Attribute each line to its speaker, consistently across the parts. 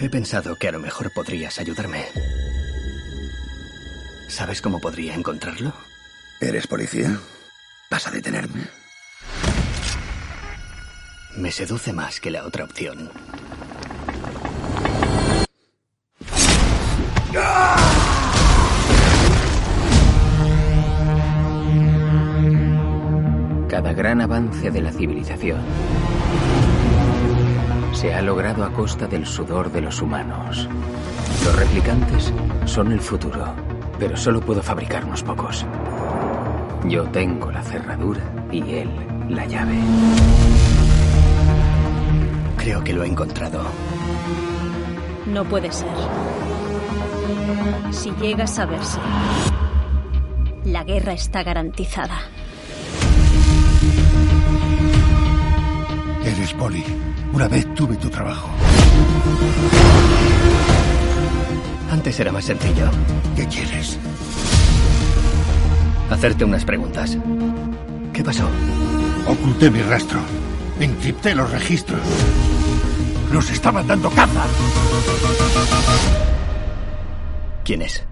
Speaker 1: he pensado que a lo mejor podrías ayudarme. ¿Sabes cómo podría encontrarlo?
Speaker 2: ¿Eres policía? ¿Vas a detenerme?
Speaker 1: Me seduce más que la otra opción.
Speaker 3: Cada gran avance de la civilización se ha logrado a costa del sudor de los humanos. Los replicantes son el futuro, pero solo puedo fabricar unos pocos. Yo tengo la cerradura y él la llave.
Speaker 1: Creo que lo he encontrado.
Speaker 4: No puede ser. Si llegas a verse, la guerra está garantizada.
Speaker 5: Eres poli. Una vez tuve tu trabajo.
Speaker 1: Antes era más sencillo.
Speaker 5: ¿Qué quieres?
Speaker 1: Hacerte unas preguntas. ¿Qué pasó?
Speaker 5: Oculté mi rastro. Encripté los registros. Nos estaban dando caza.
Speaker 1: ¿Quién es?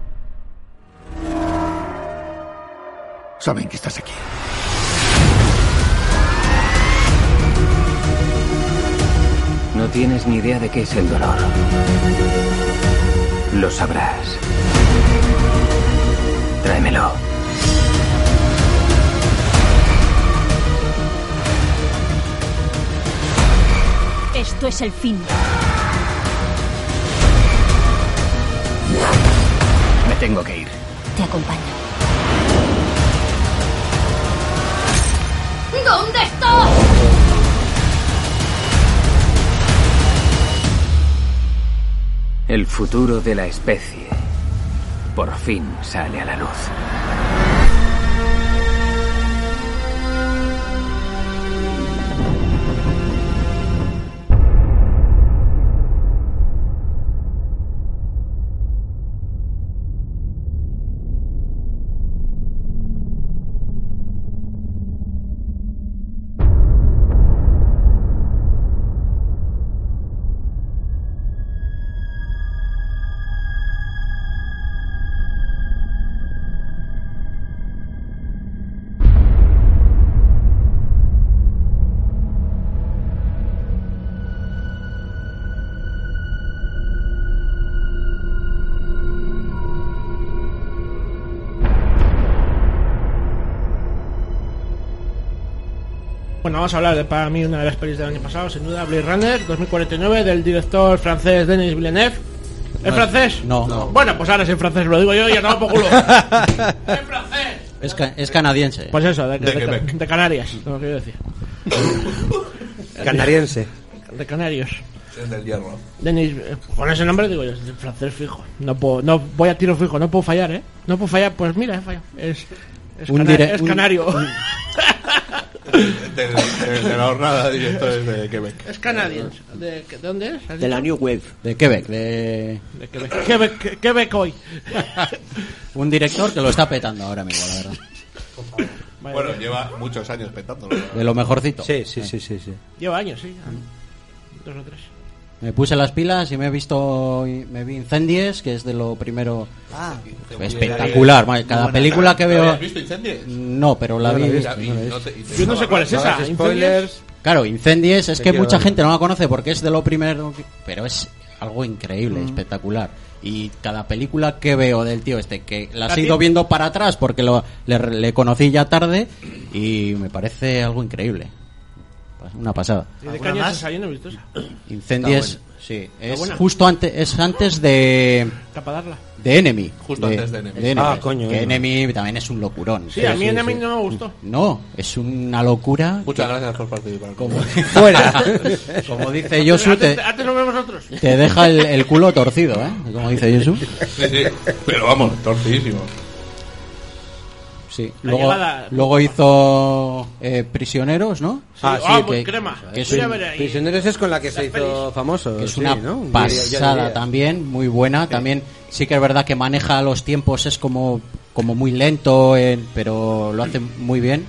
Speaker 5: Saben que estás aquí.
Speaker 3: No tienes ni idea de qué es el dolor. Lo sabrás. Tráemelo.
Speaker 4: Esto es el fin.
Speaker 1: Me tengo que ir.
Speaker 4: Te acompaño.
Speaker 6: ¿Dónde está?
Speaker 3: El futuro de la especie por fin sale a la luz.
Speaker 7: Bueno, vamos a hablar de para mí una de las pelis del año pasado, sin duda, Blade Runner 2049 del director francés Denis Villeneuve. ¿Es
Speaker 8: No,
Speaker 7: francés?
Speaker 8: no. No.
Speaker 7: Bueno, pues ahora es en francés, lo digo yo y ya no por culo. ¡Es francés!
Speaker 8: Es, ca- es canadiense.
Speaker 7: Pues eso, de,
Speaker 9: De
Speaker 7: de-
Speaker 9: Quebec.
Speaker 7: de Canarias, lo que yo decía.
Speaker 10: Canariense.
Speaker 7: De Canarios.
Speaker 9: Es del hierro.
Speaker 7: Denis, eh, con ese nombre digo yo, es francés fijo. No puedo, no voy a tiro fijo, no puedo fallar, ¿eh? No puedo fallar, pues mira, he fallado. Es, es,
Speaker 8: Un
Speaker 7: cana-
Speaker 8: dire-
Speaker 7: es
Speaker 8: un-
Speaker 7: canario.
Speaker 9: Del, del- de la hornada de directores de Quebec.
Speaker 7: es canadiense. ¿De, qué- de dónde es? ¿Has
Speaker 10: De la
Speaker 7: dicho?
Speaker 10: New Wave.
Speaker 8: De Quebec. De
Speaker 7: De Quebec. Quebec, Quebec hoy.
Speaker 8: un director que lo está petando ahora mismo, la verdad.
Speaker 7: Vaya,
Speaker 9: Bueno, lleva muchos años petándolo.
Speaker 8: De lo mejorcito.
Speaker 10: Sí, sí, sí, sí, sí.
Speaker 7: Lleva años, sí. Dos o tres.
Speaker 8: Me puse las pilas y me he visto. y Me vi Incendies, que es de lo primero. espectacular. madre, Cada película que
Speaker 9: ¿No
Speaker 8: veo. Mm,
Speaker 9: habías visto Incendies?
Speaker 8: No, pero la vi.
Speaker 9: Ya, y no te- y te-
Speaker 7: Yo no sé cuál es esa.
Speaker 10: Spoilers.
Speaker 8: Claro, Incendies es
Speaker 10: Te
Speaker 8: que
Speaker 10: quiero
Speaker 8: mucha
Speaker 10: ver.
Speaker 8: gente no la conoce porque es de lo primero, que- pero es algo increíble, espectacular. Y cada película que veo del tío este, que la
Speaker 7: ¿La
Speaker 8: sigo
Speaker 7: tío?
Speaker 8: viendo para atrás porque lo- le, le conocí ya tarde y me parece algo increíble. Pues Una pasada.
Speaker 7: ¿Y de qué año es esa? Yo no he visto esa.
Speaker 8: Incendies, sí, es
Speaker 7: buena.
Speaker 8: justo antes, es antes de,
Speaker 7: Tapadarla.
Speaker 8: de Enemy.
Speaker 9: Justo antes de Enemy.
Speaker 10: Ah, coño,
Speaker 8: Que
Speaker 10: Enemy.
Speaker 8: Enemy también es un locurón.
Speaker 7: Sí, a mí Enemy no me gustó.
Speaker 8: No, es una locura.
Speaker 9: Muchas gracias por participar.
Speaker 8: Como, fuera. Como dice Josu,
Speaker 7: antes,
Speaker 8: te,
Speaker 7: antes nos vemos otros.
Speaker 8: te deja el, el culo torcido, ¿eh? Como dice Josu.
Speaker 9: Sí, sí. Pero vamos, torcidísimo.
Speaker 8: Sí.
Speaker 7: La
Speaker 8: Luego,
Speaker 7: llegada-
Speaker 8: luego hizo eh, Prisioneros, ¿no?
Speaker 10: Ah,
Speaker 7: Sí,
Speaker 10: sí,
Speaker 7: ah, pues
Speaker 8: que-
Speaker 7: crema.
Speaker 8: que es
Speaker 7: Voy a
Speaker 8: un-
Speaker 7: ver ahí.
Speaker 10: Prisioneros es con la que se hizo
Speaker 7: pelis.
Speaker 10: famoso.
Speaker 8: que es
Speaker 10: sí,
Speaker 8: una
Speaker 10: ¿no? Yo diría- yo
Speaker 8: pasada
Speaker 10: diría.
Speaker 8: también, muy buena. También sí que es verdad que maneja los tiempos, es como, como muy lento, eh, pero lo hace muy bien.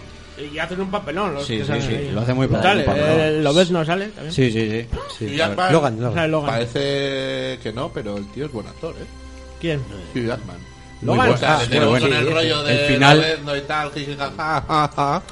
Speaker 7: Y hacen un papelón. Los
Speaker 8: Sí,
Speaker 7: que
Speaker 8: sí,
Speaker 7: salen
Speaker 8: sí,
Speaker 7: ahí.
Speaker 8: lo hace muy
Speaker 7: Brutal,
Speaker 8: bien, papelón.
Speaker 7: eh, Lo ves, no sale también.
Speaker 8: Sí, sí, sí.
Speaker 9: Hugh
Speaker 10: Sí,
Speaker 9: Jackman
Speaker 10: a ver, Logan,
Speaker 7: Sale
Speaker 10: Logan.
Speaker 7: Logan.
Speaker 9: Parece que no, pero el tío es buen actor, ¿eh?
Speaker 7: ¿Quién?
Speaker 9: Hugh Jackman.
Speaker 7: Logan.
Speaker 9: O sea,
Speaker 8: Ah,
Speaker 9: le
Speaker 8: sí,
Speaker 9: tenemos
Speaker 8: bueno.
Speaker 9: con el
Speaker 8: Sí,
Speaker 9: rollo
Speaker 8: sí.
Speaker 9: de
Speaker 8: El final-
Speaker 9: la vez, no y tal, jijijaja, ja, ja, ja.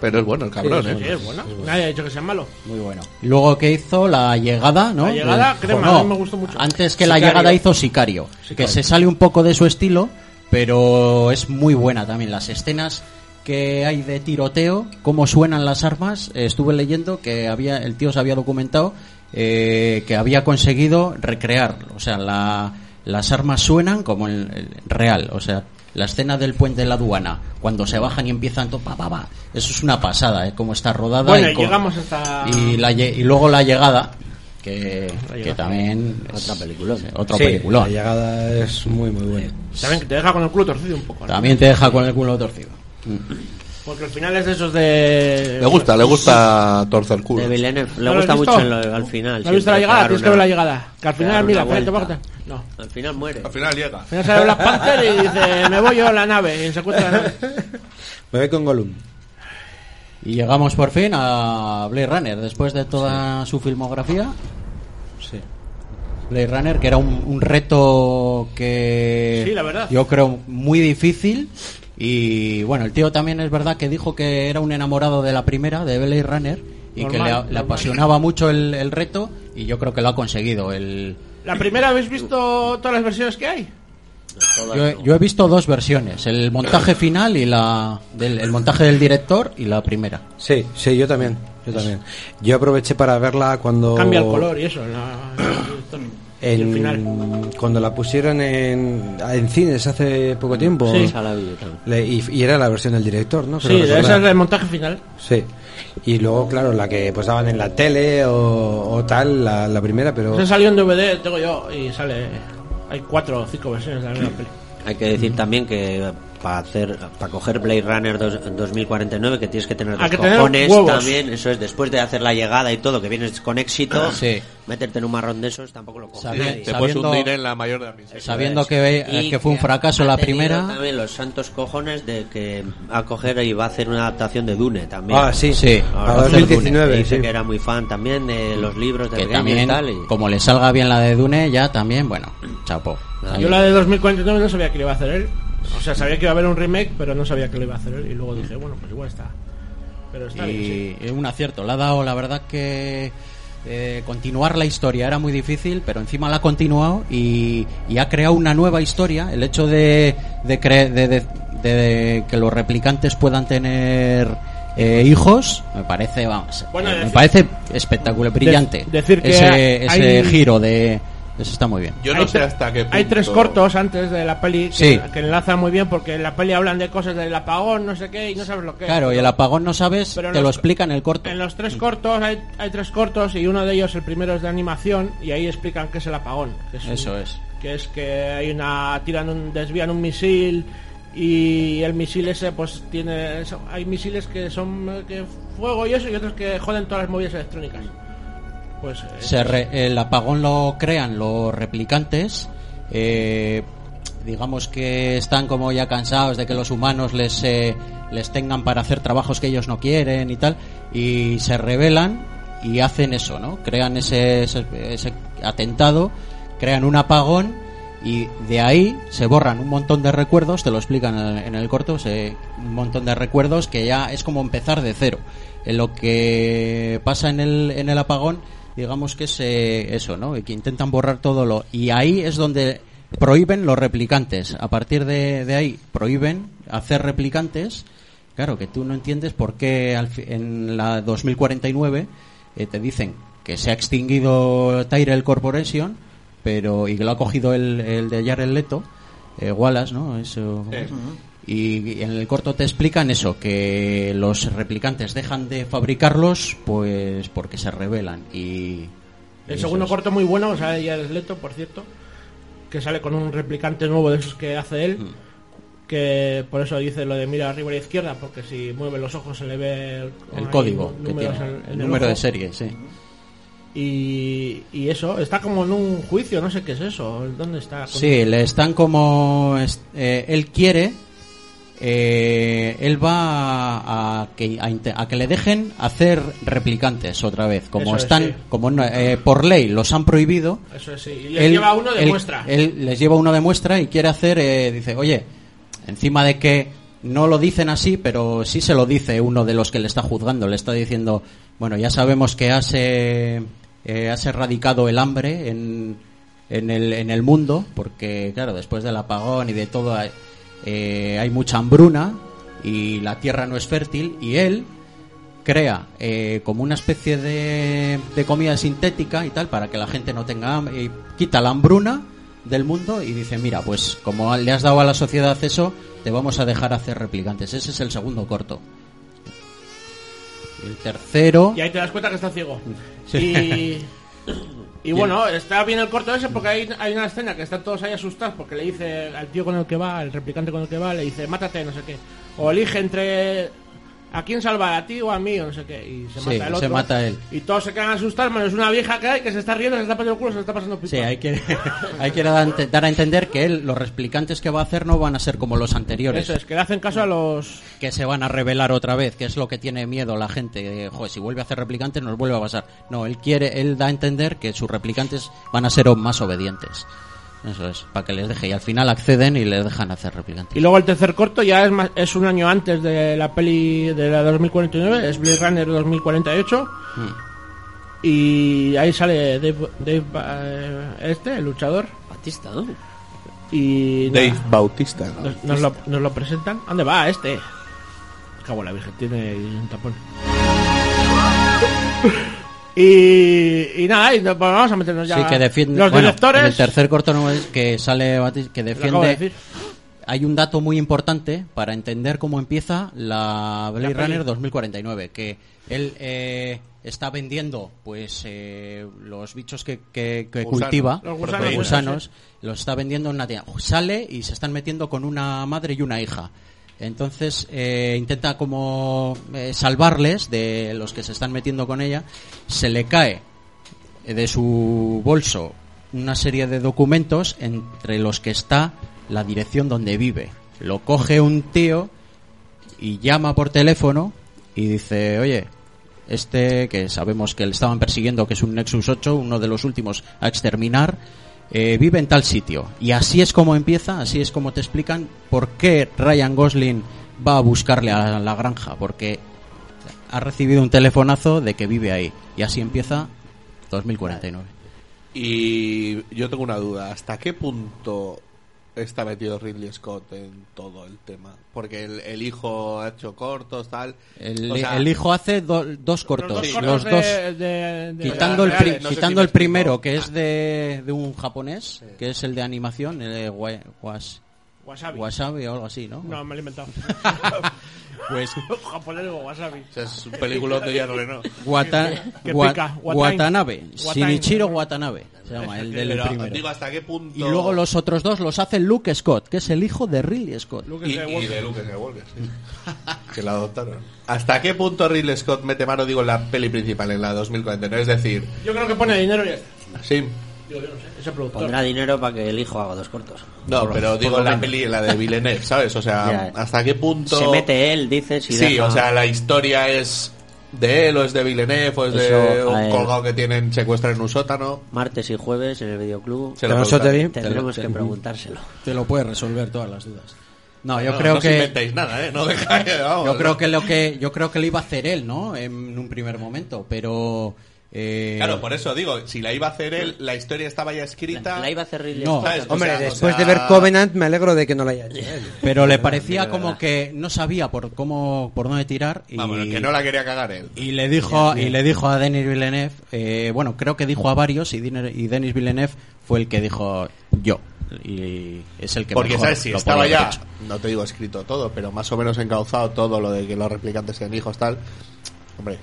Speaker 9: Pero es bueno el cabrón,
Speaker 10: Sí,
Speaker 9: ¿eh?
Speaker 10: es
Speaker 7: Sí, es bueno. Nadie ha dicho que sea malo.
Speaker 8: Muy bueno. Luego que hizo la llegada, ¿no?
Speaker 7: La llegada,
Speaker 8: Del-
Speaker 7: crema,
Speaker 8: no,
Speaker 7: a mí me gustó mucho.
Speaker 8: Antes que la
Speaker 7: Sicario.
Speaker 8: llegada hizo Sicario, que se sale un poco de su estilo, pero es muy buena también. Las escenas que hay de tiroteo, cómo suenan las armas, eh, estuve leyendo que había el tío se había documentado eh, que había conseguido recrear, o sea, la- las armas suenan como el, el real, o sea, la escena del puente de la aduana, cuando se bajan y empiezan todo, pa, pa, pa. eso es una pasada, ¿eh? como está rodada.
Speaker 7: Bueno,
Speaker 8: y co-
Speaker 7: llegamos hasta-
Speaker 8: y, la lle- y luego la llegada, que,
Speaker 7: La llegada.
Speaker 8: que también es-
Speaker 6: Otra película.
Speaker 8: sí, otra
Speaker 10: Sí,
Speaker 8: película.
Speaker 10: La llegada es muy, muy buena.
Speaker 7: Saben que te deja con el culo torcido un poco. ¿no?
Speaker 8: También te deja con el culo torcido.
Speaker 7: Porque al final es de esos de.
Speaker 9: Le gusta, le gusta torcer culo.
Speaker 6: De Villeneuve.
Speaker 7: ¿No
Speaker 6: Le
Speaker 7: lo
Speaker 6: gusta
Speaker 7: has visto?
Speaker 6: mucho en lo- al final.
Speaker 7: ¿No has visto la
Speaker 6: siempre
Speaker 7: llegada?
Speaker 6: pegar
Speaker 7: Tienes que
Speaker 6: una-
Speaker 7: ver la llegada. Que al final,
Speaker 6: pegar
Speaker 7: mira,
Speaker 6: una
Speaker 7: espérate,
Speaker 6: vuelta.
Speaker 7: bájate. No. Al
Speaker 6: Al final muere.
Speaker 9: Al final llega.
Speaker 7: final sale Black Panther y dice: Me voy yo a la nave. Y se encuentra la nave.
Speaker 10: Me voy con Gollum.
Speaker 8: Y llegamos por fin a Blade Runner, después de toda su filmografía.
Speaker 10: Sí.
Speaker 8: Blade Runner, que era un, un reto que
Speaker 7: Sí, la verdad.
Speaker 8: yo creo muy difícil. Y bueno, el tío también es verdad que dijo que era un enamorado de la primera, de Blade Runner, y
Speaker 7: Normal,
Speaker 8: que le, le
Speaker 7: normal.
Speaker 8: apasionaba mucho el, el reto, y yo creo que lo ha conseguido. El,
Speaker 7: ¿La primera habéis visto todas las versiones que hay?
Speaker 8: yo, he- yo he visto dos versiones, el montaje final y la del, el montaje del director y la primera.
Speaker 10: Sí, sí, yo también. Yo también. Yo aproveché para verla cuando.
Speaker 7: Cambia el color y eso. la- y
Speaker 10: En,
Speaker 7: el final.
Speaker 10: Cuando la pusieron en, en cines hace poco tiempo.
Speaker 7: Sí.
Speaker 6: Esa la vi yo también.
Speaker 10: Le- y, y era la versión del director, ¿no?
Speaker 7: Sí,
Speaker 10: Creo
Speaker 7: ese es
Speaker 10: recordar.
Speaker 7: el montaje final.
Speaker 10: Sí. Y luego, claro, la que pues daban en la tele o, o tal, la, la primera, pero.
Speaker 7: Se salió en DVD, tengo yo, y sale. Hay cuatro o cinco versiones de la misma peli.
Speaker 6: Hay que decir también que para hacer para coger Blade Runner dos- 2049 que tienes que tener
Speaker 7: Hay
Speaker 6: los
Speaker 7: que tener
Speaker 6: cojones
Speaker 7: huevos.
Speaker 6: también, eso es después de hacer la llegada y todo que vienes con éxito,
Speaker 8: Ah, Sí.
Speaker 6: meterte en un marrón de esos tampoco lo coge
Speaker 8: Sabe-
Speaker 6: nadie.
Speaker 9: Te puedes
Speaker 8: Sabiendo-
Speaker 9: hundir en la mayor de las miserias.
Speaker 8: Sabiendo que, ve-
Speaker 6: Y
Speaker 8: que fue un fracaso
Speaker 6: ha
Speaker 8: la
Speaker 6: tenido
Speaker 8: primera.
Speaker 6: También los santos cojones de que va a coger y va a hacer una adaptación de Dune también.
Speaker 10: Ah, sí,
Speaker 8: Sí.
Speaker 10: A
Speaker 6: Ahora,
Speaker 10: 2019,
Speaker 6: Dice
Speaker 10: sí.
Speaker 6: que era muy fan también de los libros de
Speaker 8: que
Speaker 6: pequeño y
Speaker 8: también,
Speaker 6: tal. y-
Speaker 8: como le salga bien la de Dune, ya también, bueno, chapo. Ahí.
Speaker 7: Yo la de 2049 no sabía que le iba a hacer él. O sea, sabía que iba a haber un remake, pero no sabía que le iba a hacer él. Y luego dije, bueno, pues igual está. Pero está bien, sí.
Speaker 8: Y es un acierto, la ha dado, la verdad que eh, continuar la historia era muy difícil, pero encima la ha continuado y, y ha creado una nueva historia. El hecho de, de, cre- de- de- de- de que los replicantes puedan tener eh, hijos, me parece, vamos,
Speaker 7: Bueno,
Speaker 8: eh, me
Speaker 7: decir-
Speaker 8: parece espectacular, brillante.
Speaker 7: decir que
Speaker 8: ese, ese
Speaker 7: hay-
Speaker 8: giro de... Eso está muy bien.
Speaker 9: Yo no
Speaker 7: Hay
Speaker 9: sé
Speaker 7: tre-
Speaker 9: hasta qué punto.
Speaker 7: Hay tres cortos antes de la peli que,
Speaker 8: Sí.
Speaker 7: que enlazan muy bien porque en la peli hablan de cosas del apagón, no sé qué, y no sabes lo que es.
Speaker 8: Claro, y el apagón no sabes,
Speaker 7: Pero en
Speaker 8: te lo
Speaker 7: los-
Speaker 8: explica en el corto.
Speaker 7: En los tres cortos hay, hay tres cortos y uno de ellos, el primero es de animación y ahí explican qué es el apagón. que un-
Speaker 8: Eso es.
Speaker 7: Que es que hay una tiran un desvían un misil y el misil ese pues tiene eso- hay misiles que son eh, que fuego y eso y otros que joden todas las movidas electrónicas. Pues eh,
Speaker 8: Se re- el apagón lo crean los replicantes. eh, digamos que están como ya cansados de que los humanos les, eh, les tengan para hacer trabajos que ellos no quieren y tal. Y se rebelan y hacen eso, ¿no? Crean ese, ese- ese atentado, crean un apagón y de ahí se borran un montón de recuerdos, te lo explican en el, en el corto, se- un montón de recuerdos que ya es como empezar de cero. En lo que pasa en el, en el apagón digamos que es eh, eso, ¿no? Que intentan borrar todo lo... Y ahí es donde prohíben los replicantes. A partir de, de ahí prohíben hacer replicantes. Claro, que tú no entiendes por qué al fi- en la 2049 eh, te dicen que se ha extinguido Tyrell Corporation pero y que lo ha cogido el, el de Jared Leto, eh, Wallace, ¿no? Eso, ¿cómo es? Y y en el corto te explican eso, que los replicantes dejan de fabricarlos pues porque se rebelan y...
Speaker 7: El
Speaker 8: y
Speaker 7: segundo
Speaker 8: eso es.
Speaker 7: corto muy bueno, que sale ya el Leto, por cierto, que sale con un replicante nuevo de esos que hace él,
Speaker 8: Hmm.
Speaker 7: que por eso dice lo de mira arriba y a la izquierda, porque si mueve los ojos se le ve el,
Speaker 8: El
Speaker 7: hay
Speaker 8: código que tiene,
Speaker 7: números en- en
Speaker 8: el, número de
Speaker 7: ojo.
Speaker 8: serie, sí.
Speaker 7: Y, y eso, está como en un juicio, no sé qué es eso, ¿dónde está?
Speaker 8: Sí, le están como... es- eh, él quiere eh, él va a que, a, inte- a que le dejen hacer replicantes otra vez. Como
Speaker 7: Eso es,
Speaker 8: están,
Speaker 7: sí.
Speaker 8: como no- eh, por ley los han prohibido,
Speaker 7: Eso es, sí. Y les lleva uno de
Speaker 8: él-
Speaker 7: muestra.
Speaker 8: Él les lleva uno de muestra y quiere hacer, eh, dice, oye, encima de que no lo dicen así, pero sí se lo dice uno de los que le está juzgando. Le está diciendo, bueno, ya sabemos que has, eh, eh, has erradicado el hambre en, en, el, en el mundo, porque, claro, después del apagón y de todo, eh, hay mucha hambruna y la tierra no es fértil y él crea eh, como una especie de, de comida sintética y tal para que la gente no tenga hambre y quita la hambruna del mundo y dice mira pues como le has dado a la sociedad eso te vamos a dejar hacer replicantes ese es el segundo corto el tercero
Speaker 7: Y ahí te das cuenta que está ciego.
Speaker 8: Sí.
Speaker 7: Y, y bueno, está bien el corto ese porque hay, hay una escena que están todos ahí asustados porque le dice al tío con el que va, al replicante con el que va, le dice, mátate, no sé qué. O elige entre... ¿A quién salvar? ¿A ti o a mí? O no sé qué. Y se
Speaker 8: Sí,
Speaker 7: mata el
Speaker 8: se
Speaker 7: otro.
Speaker 8: mata él.
Speaker 7: Y todos se quedan asustados, menos una vieja que hay que se está riendo, se está pasando el culo, se está pasando pipa.
Speaker 8: Sí, hay que, hay que dar a ente- dar a entender que él, los replicantes que va a hacer no van a ser como los anteriores.
Speaker 7: Eso es, que le hacen caso a los...
Speaker 8: Que se van a revelar otra vez, que es lo que tiene miedo la gente. Eh, Joder, si vuelve a hacer replicantes nos vuelve a pasar. No, él quiere, él da a entender que sus replicantes van a ser o- más obedientes. Eso es, para que les deje. Y al final acceden y les dejan hacer replicantes.
Speaker 7: Y luego el tercer corto ya es, más- es un año antes de la peli de la 2049, es Blade Runner 2048. Y ahí sale Dave, Dave Ba- eh, este, el luchador.
Speaker 6: Batista, ¿no?
Speaker 7: Y nada,
Speaker 9: Dave Bautista.
Speaker 7: nos, nos lo, nos lo presentan. ¿A ¿Dónde va este? Cabo la Virgen, tiene un tapón. Y, y nada, y nos- pues vamos a meternos ya.
Speaker 8: Sí, que defiende.
Speaker 7: Los
Speaker 8: bueno,
Speaker 7: directores.
Speaker 8: en el tercer corto no es que sale Batis, que
Speaker 7: lo acabo de
Speaker 8: defiende.
Speaker 7: decir.
Speaker 8: Hay un dato muy importante para entender cómo empieza la
Speaker 7: La
Speaker 8: Blade
Speaker 7: peli.
Speaker 8: Runner 2049, que él eh, está vendiendo pues eh, los bichos que, que- que
Speaker 9: Gusanos.
Speaker 8: cultiva,
Speaker 7: Los gusanos,
Speaker 8: los
Speaker 7: sí,
Speaker 8: gusanos, los está vendiendo en una tienda. Sale y se están metiendo con una madre y una hija. Entonces eh, intenta como eh, salvarles de los que se están metiendo con ella. Se le cae eh, de su bolso una serie de documentos entre los que está la dirección donde vive. Lo coge un tío y llama por teléfono y dice, oye, este que sabemos que le estaban persiguiendo, que es un Nexus 8, uno de los últimos a exterminar, eh, vive en tal sitio. Y así es como empieza, así es como te explican por qué Ryan Gosling va a buscarle a la granja, porque ha recibido un telefonazo de que vive ahí. Y así empieza 2049.
Speaker 9: Y yo tengo una duda, ¿hasta qué punto está metido Ridley Scott en todo el tema? Porque el, el hijo ha hecho cortos, tal.
Speaker 8: El,
Speaker 9: O sea,
Speaker 8: el hijo hace do- dos
Speaker 7: Los
Speaker 8: cortos,
Speaker 7: dos
Speaker 9: Sí.
Speaker 7: cortos
Speaker 8: los dos.
Speaker 7: de- de- de-
Speaker 8: Quitando el, pri-
Speaker 9: Reales, no sé
Speaker 8: quitando
Speaker 9: si me
Speaker 8: el primero,
Speaker 9: explico.
Speaker 8: que es de, de un japonés, que es el de animación, el de Wa- Was-
Speaker 7: Wasabi.
Speaker 8: Wasabi o algo así, ¿no?
Speaker 7: No, me lo he inventado.
Speaker 8: Pues
Speaker 7: Japonés digo wasabi.
Speaker 9: o sea, es un peliculón de Jean Reno.
Speaker 8: Wata-
Speaker 7: Que
Speaker 8: Wa-
Speaker 7: pica, Watain.
Speaker 8: Watanabe,
Speaker 7: Watain.
Speaker 8: Shinichiro Watanabe, se llama el del
Speaker 9: Pero digo,
Speaker 8: primero.
Speaker 9: ¿hasta qué punto?
Speaker 8: Y luego los otros dos los hace Luke Scott, que es el hijo de Ridley Scott.
Speaker 7: Lucas
Speaker 9: Y,
Speaker 7: de
Speaker 9: y
Speaker 7: Wolf.
Speaker 9: de Luke Skywalker, sí. que la adoptaron. ¿Hasta qué punto Ridley Scott mete mano, digo, en la peli principal, en la 2049? Es decir,
Speaker 7: Yo creo que pone dinero y ya está.
Speaker 9: sí,
Speaker 7: Digo, yo no sé, ese productor.
Speaker 6: Pondrá dinero para que el hijo haga dos cortos.
Speaker 9: no,
Speaker 6: Por lo-
Speaker 9: pero
Speaker 6: por
Speaker 9: digo
Speaker 6: lo
Speaker 9: la
Speaker 6: menos.
Speaker 9: peli, la de Villeneuve, ¿sabes? O sea,
Speaker 6: Ya.
Speaker 9: ¿hasta qué punto...?
Speaker 6: Se mete él, dices, y
Speaker 9: Sí,
Speaker 6: deja-
Speaker 9: o sea, la historia es de él o es de Villeneuve o es de
Speaker 6: Eso, a
Speaker 9: un
Speaker 6: él.
Speaker 9: colgado que tienen secuestro en un sótano.
Speaker 6: Martes y jueves en el videoclub.
Speaker 9: Se lo preguntan.
Speaker 10: Soteri?
Speaker 6: Tendremos que preguntárselo.
Speaker 8: Te lo puede resolver todas las dudas. No, yo
Speaker 9: No,
Speaker 8: creo
Speaker 9: no os
Speaker 8: que
Speaker 9: inventáis nada, ¿eh? No dejáis, vamos,
Speaker 8: yo creo
Speaker 9: ¿no?
Speaker 8: que lo que yo creo que lo iba a hacer él, ¿no? En un primer momento, pero eh,
Speaker 9: Claro, por eso digo, si la iba a hacer él, la historia estaba ya escrita.
Speaker 6: La, la iba a hacer Ridley
Speaker 8: No.
Speaker 6: Scott.
Speaker 9: ¿sabes? O
Speaker 10: Hombre,
Speaker 9: sea, o
Speaker 10: después
Speaker 9: sea,
Speaker 10: de ver Covenant me alegro de que no lo haya hecho ¿eh? él.
Speaker 8: pero le parecía como que no sabía por cómo por dónde tirar y
Speaker 9: Vamos, Ah, que no la quería cagar él.
Speaker 8: Y le dijo, y le dijo a Denis Villeneuve, eh, bueno, creo que dijo a varios y, Diner- y Denis Villeneuve fue el que dijo yo. Y es el que
Speaker 9: Porque,
Speaker 8: mejor
Speaker 9: ¿sabes? Si
Speaker 8: lo
Speaker 9: estaba
Speaker 8: podía
Speaker 9: ya,
Speaker 8: haber hecho.
Speaker 9: no te digo escrito todo, pero más o menos encauzado todo lo de que los replicantes sean hijos, tal. Hombre,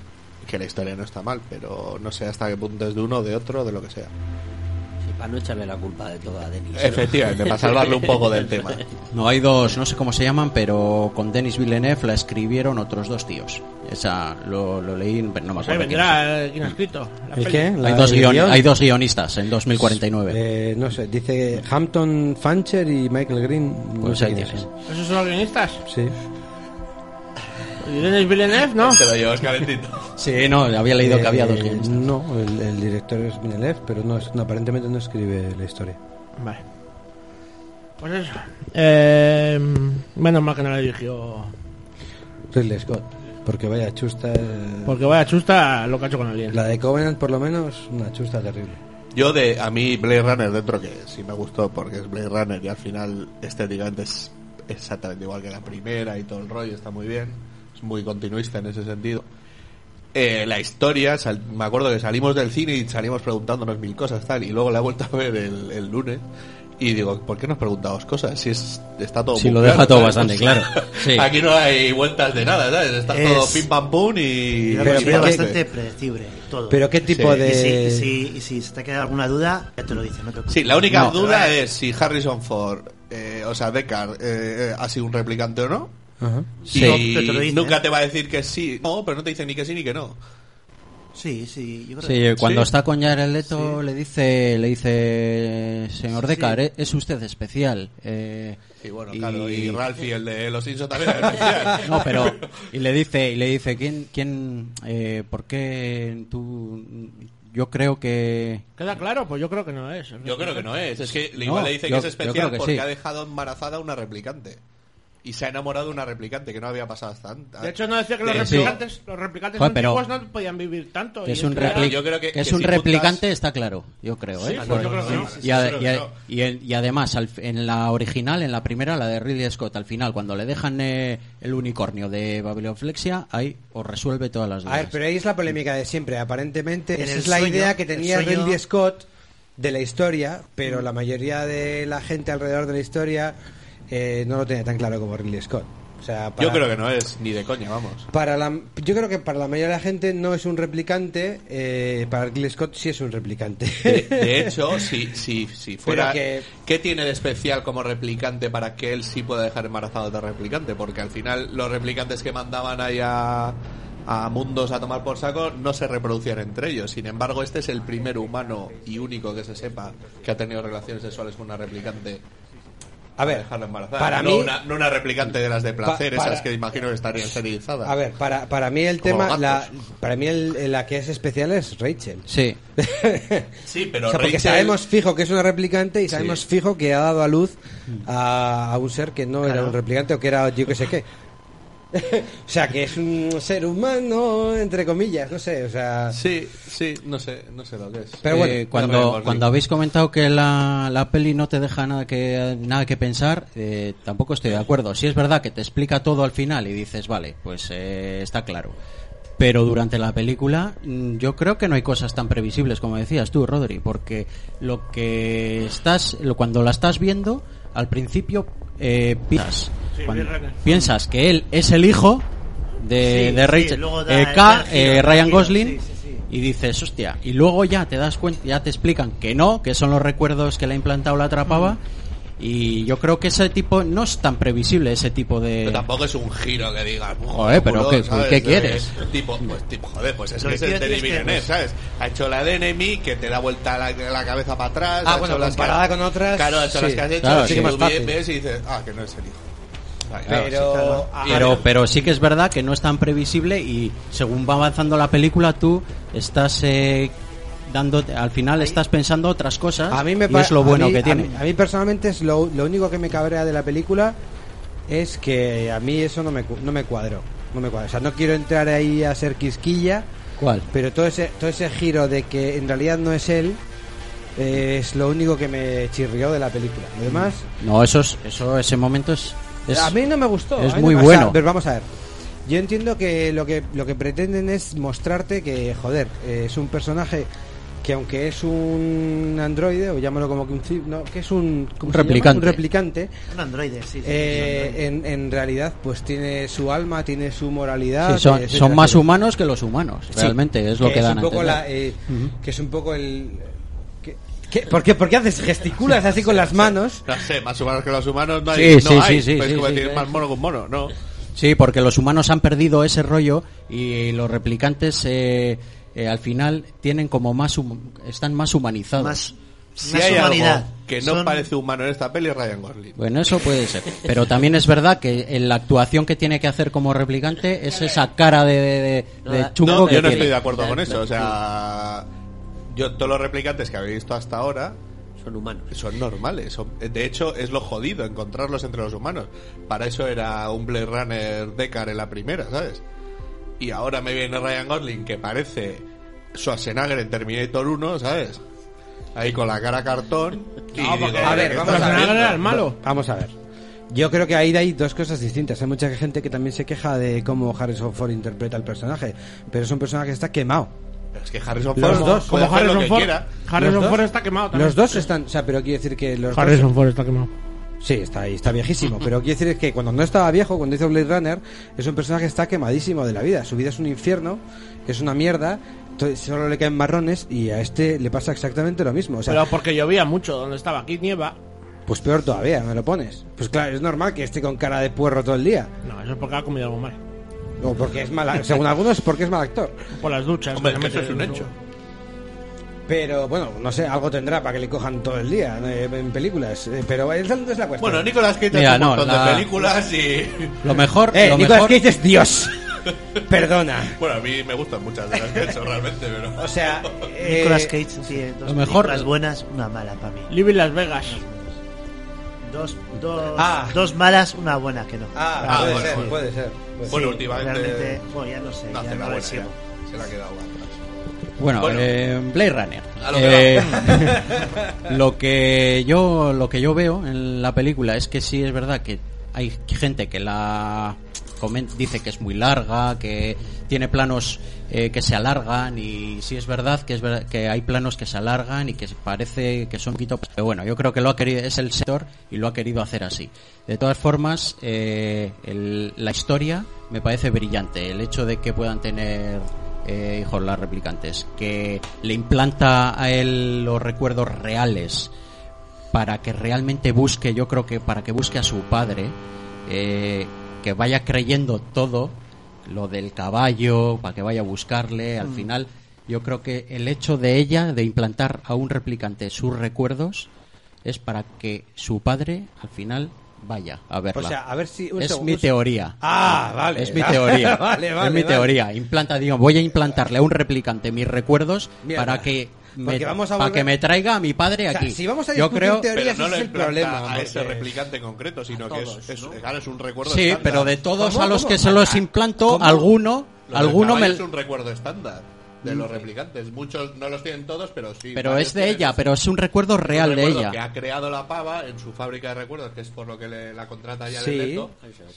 Speaker 9: que la historia no está mal, pero no sé hasta qué punto es de uno, de otro, de lo que sea.
Speaker 6: Sí, Para no echarle la culpa de todo a Denis.
Speaker 9: Efectivamente, para salvarle un poco del tema.
Speaker 8: No, hay dos, no sé cómo se llaman, pero con Denis Villeneuve la escribieron otros dos tíos. Esa lo, lo leí, pero no me
Speaker 7: Ahí
Speaker 8: acuerdo. quién es.
Speaker 7: vendrá eh, quien ha escrito. la
Speaker 10: ¿El
Speaker 7: peli.
Speaker 10: qué? ¿La-
Speaker 8: Hay dos,
Speaker 10: el
Speaker 8: guion-
Speaker 10: guión?
Speaker 8: hay dos guionistas en 2049.
Speaker 10: Eh, no sé, dice Hampton Fancher y Michael Green. No
Speaker 8: Pues
Speaker 10: sé
Speaker 8: ahí
Speaker 10: quiénes
Speaker 8: tienes.
Speaker 7: ¿Esos son los guionistas?
Speaker 10: son. Sí.
Speaker 7: ¿Y Denis Villeneuve, no?
Speaker 9: Te lo llevas calentito.
Speaker 8: Sí, no, había leído que había dos
Speaker 10: Eh,
Speaker 8: guionistas.
Speaker 10: No, el, el director es Villeneuve, pero no, es- no, aparentemente no escribe la historia.
Speaker 7: Vale. Pues eso. Eh, menos mal que no la dirigió.
Speaker 10: Ridley Scott. Porque vaya chusta. eh,
Speaker 7: Porque vaya chusta lo que ha hecho con Alien.
Speaker 10: La de Covenant, por lo menos, una chusta terrible.
Speaker 9: Yo de a mí Blade Runner dentro que sí me gustó porque es Blade Runner y al final estéticamente es exactamente igual que la primera y todo el rollo está muy bien, es muy continuista en ese sentido. Eh, la historia, sal- me acuerdo que salimos del cine y salimos preguntándonos mil cosas tal y luego la he vuelto a ver el, el lunes y digo ¿por qué nos preguntamos cosas si es está todo
Speaker 8: Si
Speaker 9: muy
Speaker 8: lo deja todo
Speaker 9: ¿sabes?
Speaker 8: bastante claro, sí.
Speaker 9: aquí no hay vueltas de nada ¿sabes? está
Speaker 11: Es-
Speaker 9: todo pim pam pum
Speaker 11: Pero,
Speaker 9: y y
Speaker 11: pero
Speaker 9: para adelante.
Speaker 11: bastante predecible todo.
Speaker 10: Pero qué tipo
Speaker 9: Sí.
Speaker 11: Y si, y
Speaker 10: de.
Speaker 11: si- y si se te queda alguna duda, ya te lo dicen. No te preocupes.
Speaker 9: Sí, la única
Speaker 11: No,
Speaker 9: duda
Speaker 11: eh,
Speaker 9: es si Harrison Ford, eh, o sea, Deckard, eh, eh, ha sido un replicante o no.
Speaker 10: Ajá.
Speaker 11: Sí.
Speaker 9: Y
Speaker 11: No, pero te lo dice.
Speaker 8: ¿eh?
Speaker 9: nunca te va a decir que sí. No, pero no te dice ni que sí ni que no.
Speaker 11: Sí, sí, yo creo
Speaker 8: Sí,
Speaker 11: que-
Speaker 8: cuando
Speaker 9: Sí.
Speaker 8: está con Jared Leto le dice, le dice, señor Deckard, ¿eh? es usted especial. Eh,
Speaker 9: Y bueno, claro, y Ralphie, el de Los Simpsons también era especial.
Speaker 8: No, pero y le dice y le dice quién quién eh, por qué tú yo creo que
Speaker 7: ¿Queda claro? Pues yo creo que no es.
Speaker 9: Yo creo que no es. Es que
Speaker 8: No,
Speaker 9: igual le dice
Speaker 8: yo-
Speaker 9: que es
Speaker 8: yo
Speaker 9: especial
Speaker 8: creo que
Speaker 9: porque
Speaker 8: sí.
Speaker 9: ha dejado embarazada a una replicante. Y se ha enamorado de una replicante que no había pasado hasta antes.
Speaker 7: De hecho, no decía que los
Speaker 9: De hecho,
Speaker 7: replicantes, los replicantes
Speaker 8: Joder, pero-
Speaker 7: antiguos no podían vivir tanto.
Speaker 8: que
Speaker 7: y
Speaker 8: es un
Speaker 7: esto era-
Speaker 8: repli-
Speaker 9: yo creo que-
Speaker 8: que es
Speaker 9: que
Speaker 8: un
Speaker 9: si
Speaker 8: replicante
Speaker 9: juntas-
Speaker 8: está claro, yo creo,
Speaker 7: Sí,
Speaker 8: ¿eh?
Speaker 7: pues
Speaker 8: Por-
Speaker 7: yo creo que no.
Speaker 8: y, a-
Speaker 9: sí,
Speaker 8: y a-
Speaker 9: sí,
Speaker 8: y en- y además al- en la original, en la primera, la de Ridley Scott, al final cuando le dejan eh, el unicornio de Babilonflexia, ahí os resuelve todas las
Speaker 10: A ver,
Speaker 8: dudas.
Speaker 10: pero ahí es la polémica de siempre. Aparentemente,
Speaker 11: En
Speaker 10: esa
Speaker 11: el
Speaker 10: es la
Speaker 11: sueño,
Speaker 10: idea que
Speaker 11: el
Speaker 10: tenía
Speaker 11: sueño-
Speaker 10: Ridley Scott de la historia, pero la mayoría de la gente alrededor de la historia eh, no lo tenía tan claro como Ridley Scott. O sea, para-
Speaker 9: Yo creo que no es ni de coña, vamos.
Speaker 10: Para la, yo creo que para la mayoría de la gente no es un replicante, eh, para Ridley Scott sí es un replicante.
Speaker 9: De, de hecho, si, si, si fuera...
Speaker 10: que-
Speaker 9: ¿Qué tiene de especial como replicante para que él sí pueda dejar embarazado de replicante? Porque al final los replicantes que mandaban ahí a, a mundos a tomar por saco no se reproducían entre ellos. Sin embargo, este es el primer humano y único que se sepa que ha tenido relaciones sexuales con una replicante.
Speaker 10: A
Speaker 9: para
Speaker 10: ver,
Speaker 9: dejarla embarazada.
Speaker 10: para
Speaker 9: no,
Speaker 10: mí-
Speaker 9: una, no una replicante de las de placer,
Speaker 10: para-
Speaker 9: esas que imagino que estarían esterilizadas.
Speaker 10: A ver, para, para mí el
Speaker 9: Como
Speaker 10: tema, la,
Speaker 9: gatos.
Speaker 10: para mí el- la que es especial es Rachel.
Speaker 8: Sí.
Speaker 9: Sí, pero
Speaker 10: o sea, porque
Speaker 9: Rachel-
Speaker 10: sabemos fijo que es una replicante y sabemos
Speaker 9: Sí. Mm.
Speaker 10: fijo que ha dado a luz a, a un ser que no era un replicante o que era yo que sé qué. o sea, que es un ser humano, entre comillas, no sé, o sea...
Speaker 9: Sí, sí, no sé, no sé lo que es.
Speaker 10: Pero bueno,
Speaker 8: Eh,
Speaker 9: no me
Speaker 8: cuando,
Speaker 9: acuerdo.
Speaker 8: cuando habéis comentado que la, la peli no te deja nada que, nada que pensar, eh, tampoco estoy de acuerdo. Sí es verdad que te explica todo al final y dices, vale, pues eh, está claro. Pero durante la película mm, yo creo que no hay cosas tan previsibles como decías tú, Rodri, porque lo que estás, lo, cuando la estás viendo, al principio eh, piensas,
Speaker 7: Sí,
Speaker 8: cuando
Speaker 7: Blade Runner.
Speaker 8: piensas que él es el hijo de,
Speaker 11: Sí,
Speaker 8: de
Speaker 11: sí,
Speaker 8: Rachel,
Speaker 11: luego da
Speaker 8: eh,
Speaker 11: el
Speaker 8: K,
Speaker 11: giro,
Speaker 8: eh,
Speaker 11: el
Speaker 8: Ryan
Speaker 11: giro,
Speaker 8: Gosling,
Speaker 11: sí, sí, sí.
Speaker 8: y dices, hostia, y luego ya te das cuenta, ya te explican que no, que son los recuerdos que le ha implantado la atrapaba. Y yo creo que ese tipo no es tan previsible, ese tipo de.
Speaker 9: Pero tampoco es un giro que digas, "Buah,
Speaker 8: Eh. Joder, pero
Speaker 9: culo",
Speaker 8: ¿qué- qué
Speaker 9: ¿sabes?
Speaker 8: quieres?
Speaker 9: De- tipo, pues, tipo, joder, pues es
Speaker 11: Lo que
Speaker 9: que es
Speaker 11: quiero
Speaker 9: el
Speaker 11: decir
Speaker 9: Denis
Speaker 11: es que
Speaker 9: Villeneuve,
Speaker 11: no-
Speaker 9: ¿sabes? Ha hecho la de Enemy, que te da vuelta la, la cabeza para atrás.
Speaker 10: Ah,
Speaker 9: ha
Speaker 10: bueno,
Speaker 9: hecho las que-
Speaker 10: comparada con otras,
Speaker 9: Claro, ha hecho
Speaker 10: sí.
Speaker 9: las que has hecho,
Speaker 8: Claro,
Speaker 9: y
Speaker 8: sí,
Speaker 9: tú
Speaker 10: más fácil.
Speaker 9: ves y dices, ah, que no es el hijo. Vale, claro,
Speaker 10: Pero,
Speaker 9: sí, claro.
Speaker 10: ah,
Speaker 8: Pero, pero sí que es verdad que no es tan previsible y según va avanzando la película tú estás eh, dando al final estás pensando otras cosas
Speaker 10: a mí me
Speaker 8: y es
Speaker 10: pa-
Speaker 8: lo
Speaker 10: a
Speaker 8: bueno
Speaker 10: mí-
Speaker 8: que
Speaker 10: a
Speaker 8: tiene.
Speaker 10: mí- A mí, personalmente es lo, lo único que me cabrea de la película es que a mí eso no me, cu- no me cuadró. No me cuadró. O sea, no quiero entrar ahí a ser quisquilla,
Speaker 8: ¿Cuál?
Speaker 10: pero todo ese, todo ese giro de que en realidad no es él eh, es lo único que me chirrió de la película. Lo demás,
Speaker 8: No, eso es, eso ese momento es, Mm. es-
Speaker 10: a mí no me gustó.
Speaker 8: es
Speaker 10: a mí no
Speaker 8: muy
Speaker 10: me- o
Speaker 8: bueno.
Speaker 10: sea, pero vamos a ver. Yo entiendo que lo que lo que pretenden es mostrarte que joder eh, es un personaje que aunque es un androide o llámalo como que un ci- no, que es un ¿cómo
Speaker 8: Un
Speaker 10: se llama?
Speaker 8: replicante.
Speaker 10: un replicante
Speaker 11: Un androide, sí. sí, sí,
Speaker 10: eh,
Speaker 11: es un androide.
Speaker 10: en, en realidad pues tiene su alma tiene su moralidad
Speaker 8: Sí, son,
Speaker 10: etcétera,
Speaker 8: son más
Speaker 10: etcétera.
Speaker 8: humanos que los humanos,
Speaker 10: Sí.
Speaker 8: realmente es lo que,
Speaker 10: es
Speaker 8: dan
Speaker 10: un
Speaker 8: a
Speaker 10: poco
Speaker 8: entender.
Speaker 10: la, eh, que es un poco el que, ¿Qué? ¿Por qué? ¿Por qué haces gesticulas así con las manos?
Speaker 9: No sé, más humanos que los humanos no
Speaker 8: Sí,
Speaker 9: hay. no
Speaker 8: sí,
Speaker 9: hay.
Speaker 8: sí, sí,
Speaker 9: Pues
Speaker 8: sí,
Speaker 9: como
Speaker 8: sí,
Speaker 9: decir,
Speaker 8: sí.
Speaker 9: más mono que un mono, no.
Speaker 8: Sí, porque los humanos han perdido ese rollo y los replicantes eh, eh, al final tienen como más hum- están más humanizados.
Speaker 9: Si hay algo que no parece humano en esta peli es Ryan Gosling.
Speaker 8: Bueno, eso puede ser. Pero también es verdad que en la actuación que tiene que hacer como replicante es esa cara de, de, de- de chungo
Speaker 9: No,
Speaker 8: que
Speaker 9: yo no
Speaker 8: tiene.
Speaker 9: estoy de acuerdo con eso. O sea, yo todos los replicantes que habéis visto hasta ahora
Speaker 6: son humanos.
Speaker 9: Son normales. son- de hecho, es lo jodido encontrarlos entre los humanos. Para eso era un Blade Runner Deckard en la primera, ¿sabes? Y ahora me viene Ryan Gosling que parece Schwarzenegger en Terminator 1, ¿sabes? Ahí con la cara cartón. Y digo,
Speaker 10: a ver,
Speaker 9: ¿qué
Speaker 10: vamos
Speaker 9: estás
Speaker 10: a ver.
Speaker 9: haciendo?
Speaker 10: Vamos a ver. Yo creo que ahí hay dos cosas distintas. Hay mucha gente que también se queja de cómo Harrison Ford interpreta al personaje, pero es un personaje que está quemado.
Speaker 9: Es que Harrison Ford
Speaker 10: Los dos,
Speaker 9: puede hacer lo que
Speaker 7: Ford.
Speaker 9: quiera.
Speaker 7: Harrison
Speaker 10: Los dos-
Speaker 7: Ford está quemado también.
Speaker 10: Los dos están, o sea, pero quiero decir que los
Speaker 7: Harrison
Speaker 10: dos-
Speaker 7: Ford está quemado.
Speaker 10: Sí, está ahí, está viejísimo, pero quiero decir que cuando no estaba viejo, cuando hizo Blade Runner, es un personaje que está quemadísimo de la vida. Su vida es un infierno, es una mierda, to- solo le caen marrones y a este le pasa exactamente lo mismo. O sea,
Speaker 7: Pero porque llovía mucho donde estaba. Aquí nieva.
Speaker 10: pues peor todavía, me lo pones. Pues claro, es normal que esté con cara de puerro todo el día.
Speaker 7: No, eso es porque ha comido algo mal.
Speaker 10: O porque es mala, según algunos, porque es mal actor.
Speaker 7: Por las duchas.
Speaker 10: Hombre,
Speaker 7: que
Speaker 10: es que
Speaker 7: se
Speaker 10: eso es
Speaker 7: meten en
Speaker 10: un hecho. Pero bueno, no sé, algo tendrá para que le cojan todo el día eh, en películas. eh, pero esa no es la cuestión.
Speaker 9: Bueno, Nicolas Cage
Speaker 8: Mira,
Speaker 9: hace un
Speaker 8: no,
Speaker 9: montón
Speaker 8: la-
Speaker 9: de películas y...
Speaker 8: Lo mejor,
Speaker 10: Eh,
Speaker 8: lo
Speaker 10: Nicolas
Speaker 8: mejor-
Speaker 10: Cage es Dios. Perdona.
Speaker 9: Bueno, a mí me gustan muchas de las que he hecho realmente, pero...
Speaker 10: O sea, eh,
Speaker 11: Nicolas Cage tiene dos
Speaker 10: lo mejor-
Speaker 11: películas buenas, una mala para mí.
Speaker 7: Living Las Vegas.
Speaker 11: Dos, dos,
Speaker 7: Ah.
Speaker 11: dos malas, una buena que no.
Speaker 10: Ah,
Speaker 9: Ah,
Speaker 10: puede,
Speaker 9: bueno,
Speaker 10: ser,
Speaker 9: bueno.
Speaker 10: puede ser, puede
Speaker 9: Bueno,
Speaker 10: ser.
Speaker 9: últimamente...
Speaker 11: realmente, bueno, ya no sé,
Speaker 9: No
Speaker 11: ya
Speaker 9: hace
Speaker 11: no
Speaker 9: la
Speaker 11: lo
Speaker 9: buena,
Speaker 11: sigo.
Speaker 9: ya. Se la ha quedado atrás.
Speaker 8: Bueno, eh, Blade Runner. Eh,
Speaker 9: a lo que
Speaker 8: lo que yo lo que yo veo en la película es que sí es verdad que hay gente que la comen- dice que es muy larga, que tiene planos eh, que se alargan y sí es verdad que es verdad que hay planos que se alargan y que parece que son un poquito pero bueno, yo creo que lo ha querido es el sector y lo ha querido hacer así. De todas formas, eh, el- la historia me parece brillante, el hecho de que puedan tener eh, hijos las replicantes, que le implanta a él los recuerdos reales para que realmente busque, yo creo que para que busque a su padre, eh, que vaya creyendo todo, lo del caballo, para que vaya a buscarle, al
Speaker 3: Mm.
Speaker 8: final yo creo que el hecho de ella, de implantar a un replicante sus recuerdos, es para que su padre al final vaya a verla.
Speaker 10: O sea, a ver si- un
Speaker 8: es
Speaker 10: segundo,
Speaker 8: mi
Speaker 10: un-
Speaker 8: teoría.
Speaker 10: Ah, vale.
Speaker 8: Es mi teoría.
Speaker 10: Vale, vale,
Speaker 8: es mi
Speaker 10: vale.
Speaker 8: teoría. Implanta, digo, voy a implantarle a un replicante mis recuerdos
Speaker 10: Mierda.
Speaker 8: para que me,
Speaker 10: Porque vamos a
Speaker 8: para
Speaker 10: volver-
Speaker 8: que me traiga a mi padre
Speaker 10: O sea,
Speaker 8: aquí.
Speaker 10: si vamos a
Speaker 8: Yo
Speaker 10: discutir
Speaker 8: creo
Speaker 10: teorías,
Speaker 9: Pero no
Speaker 10: ese
Speaker 9: le
Speaker 10: es el
Speaker 9: implanta
Speaker 10: problema.
Speaker 9: a
Speaker 10: porque-
Speaker 9: ese replicante en concreto, sino que es, es, claro, es un recuerdo
Speaker 8: Sí,
Speaker 9: estándar.
Speaker 8: pero de todos
Speaker 9: ¿Cómo,
Speaker 8: a los
Speaker 9: cómo?
Speaker 8: que se los implanto,
Speaker 9: ¿Cómo?
Speaker 8: alguno,
Speaker 9: Lo del
Speaker 8: alguno
Speaker 9: caballo
Speaker 8: me Mm.
Speaker 9: Es un recuerdo estándar de los replicantes. Muchos no los tienen todos, pero sí.
Speaker 8: pero
Speaker 9: varios
Speaker 8: es de
Speaker 9: tienen
Speaker 8: ella,
Speaker 9: ese-
Speaker 8: pero es un recuerdo
Speaker 9: un
Speaker 8: real de
Speaker 9: recuerdo
Speaker 8: ella.
Speaker 9: Que ha creado la pava en su fábrica de recuerdos, que es por lo que le- la contrata ya
Speaker 8: Sí,
Speaker 9: de Leto.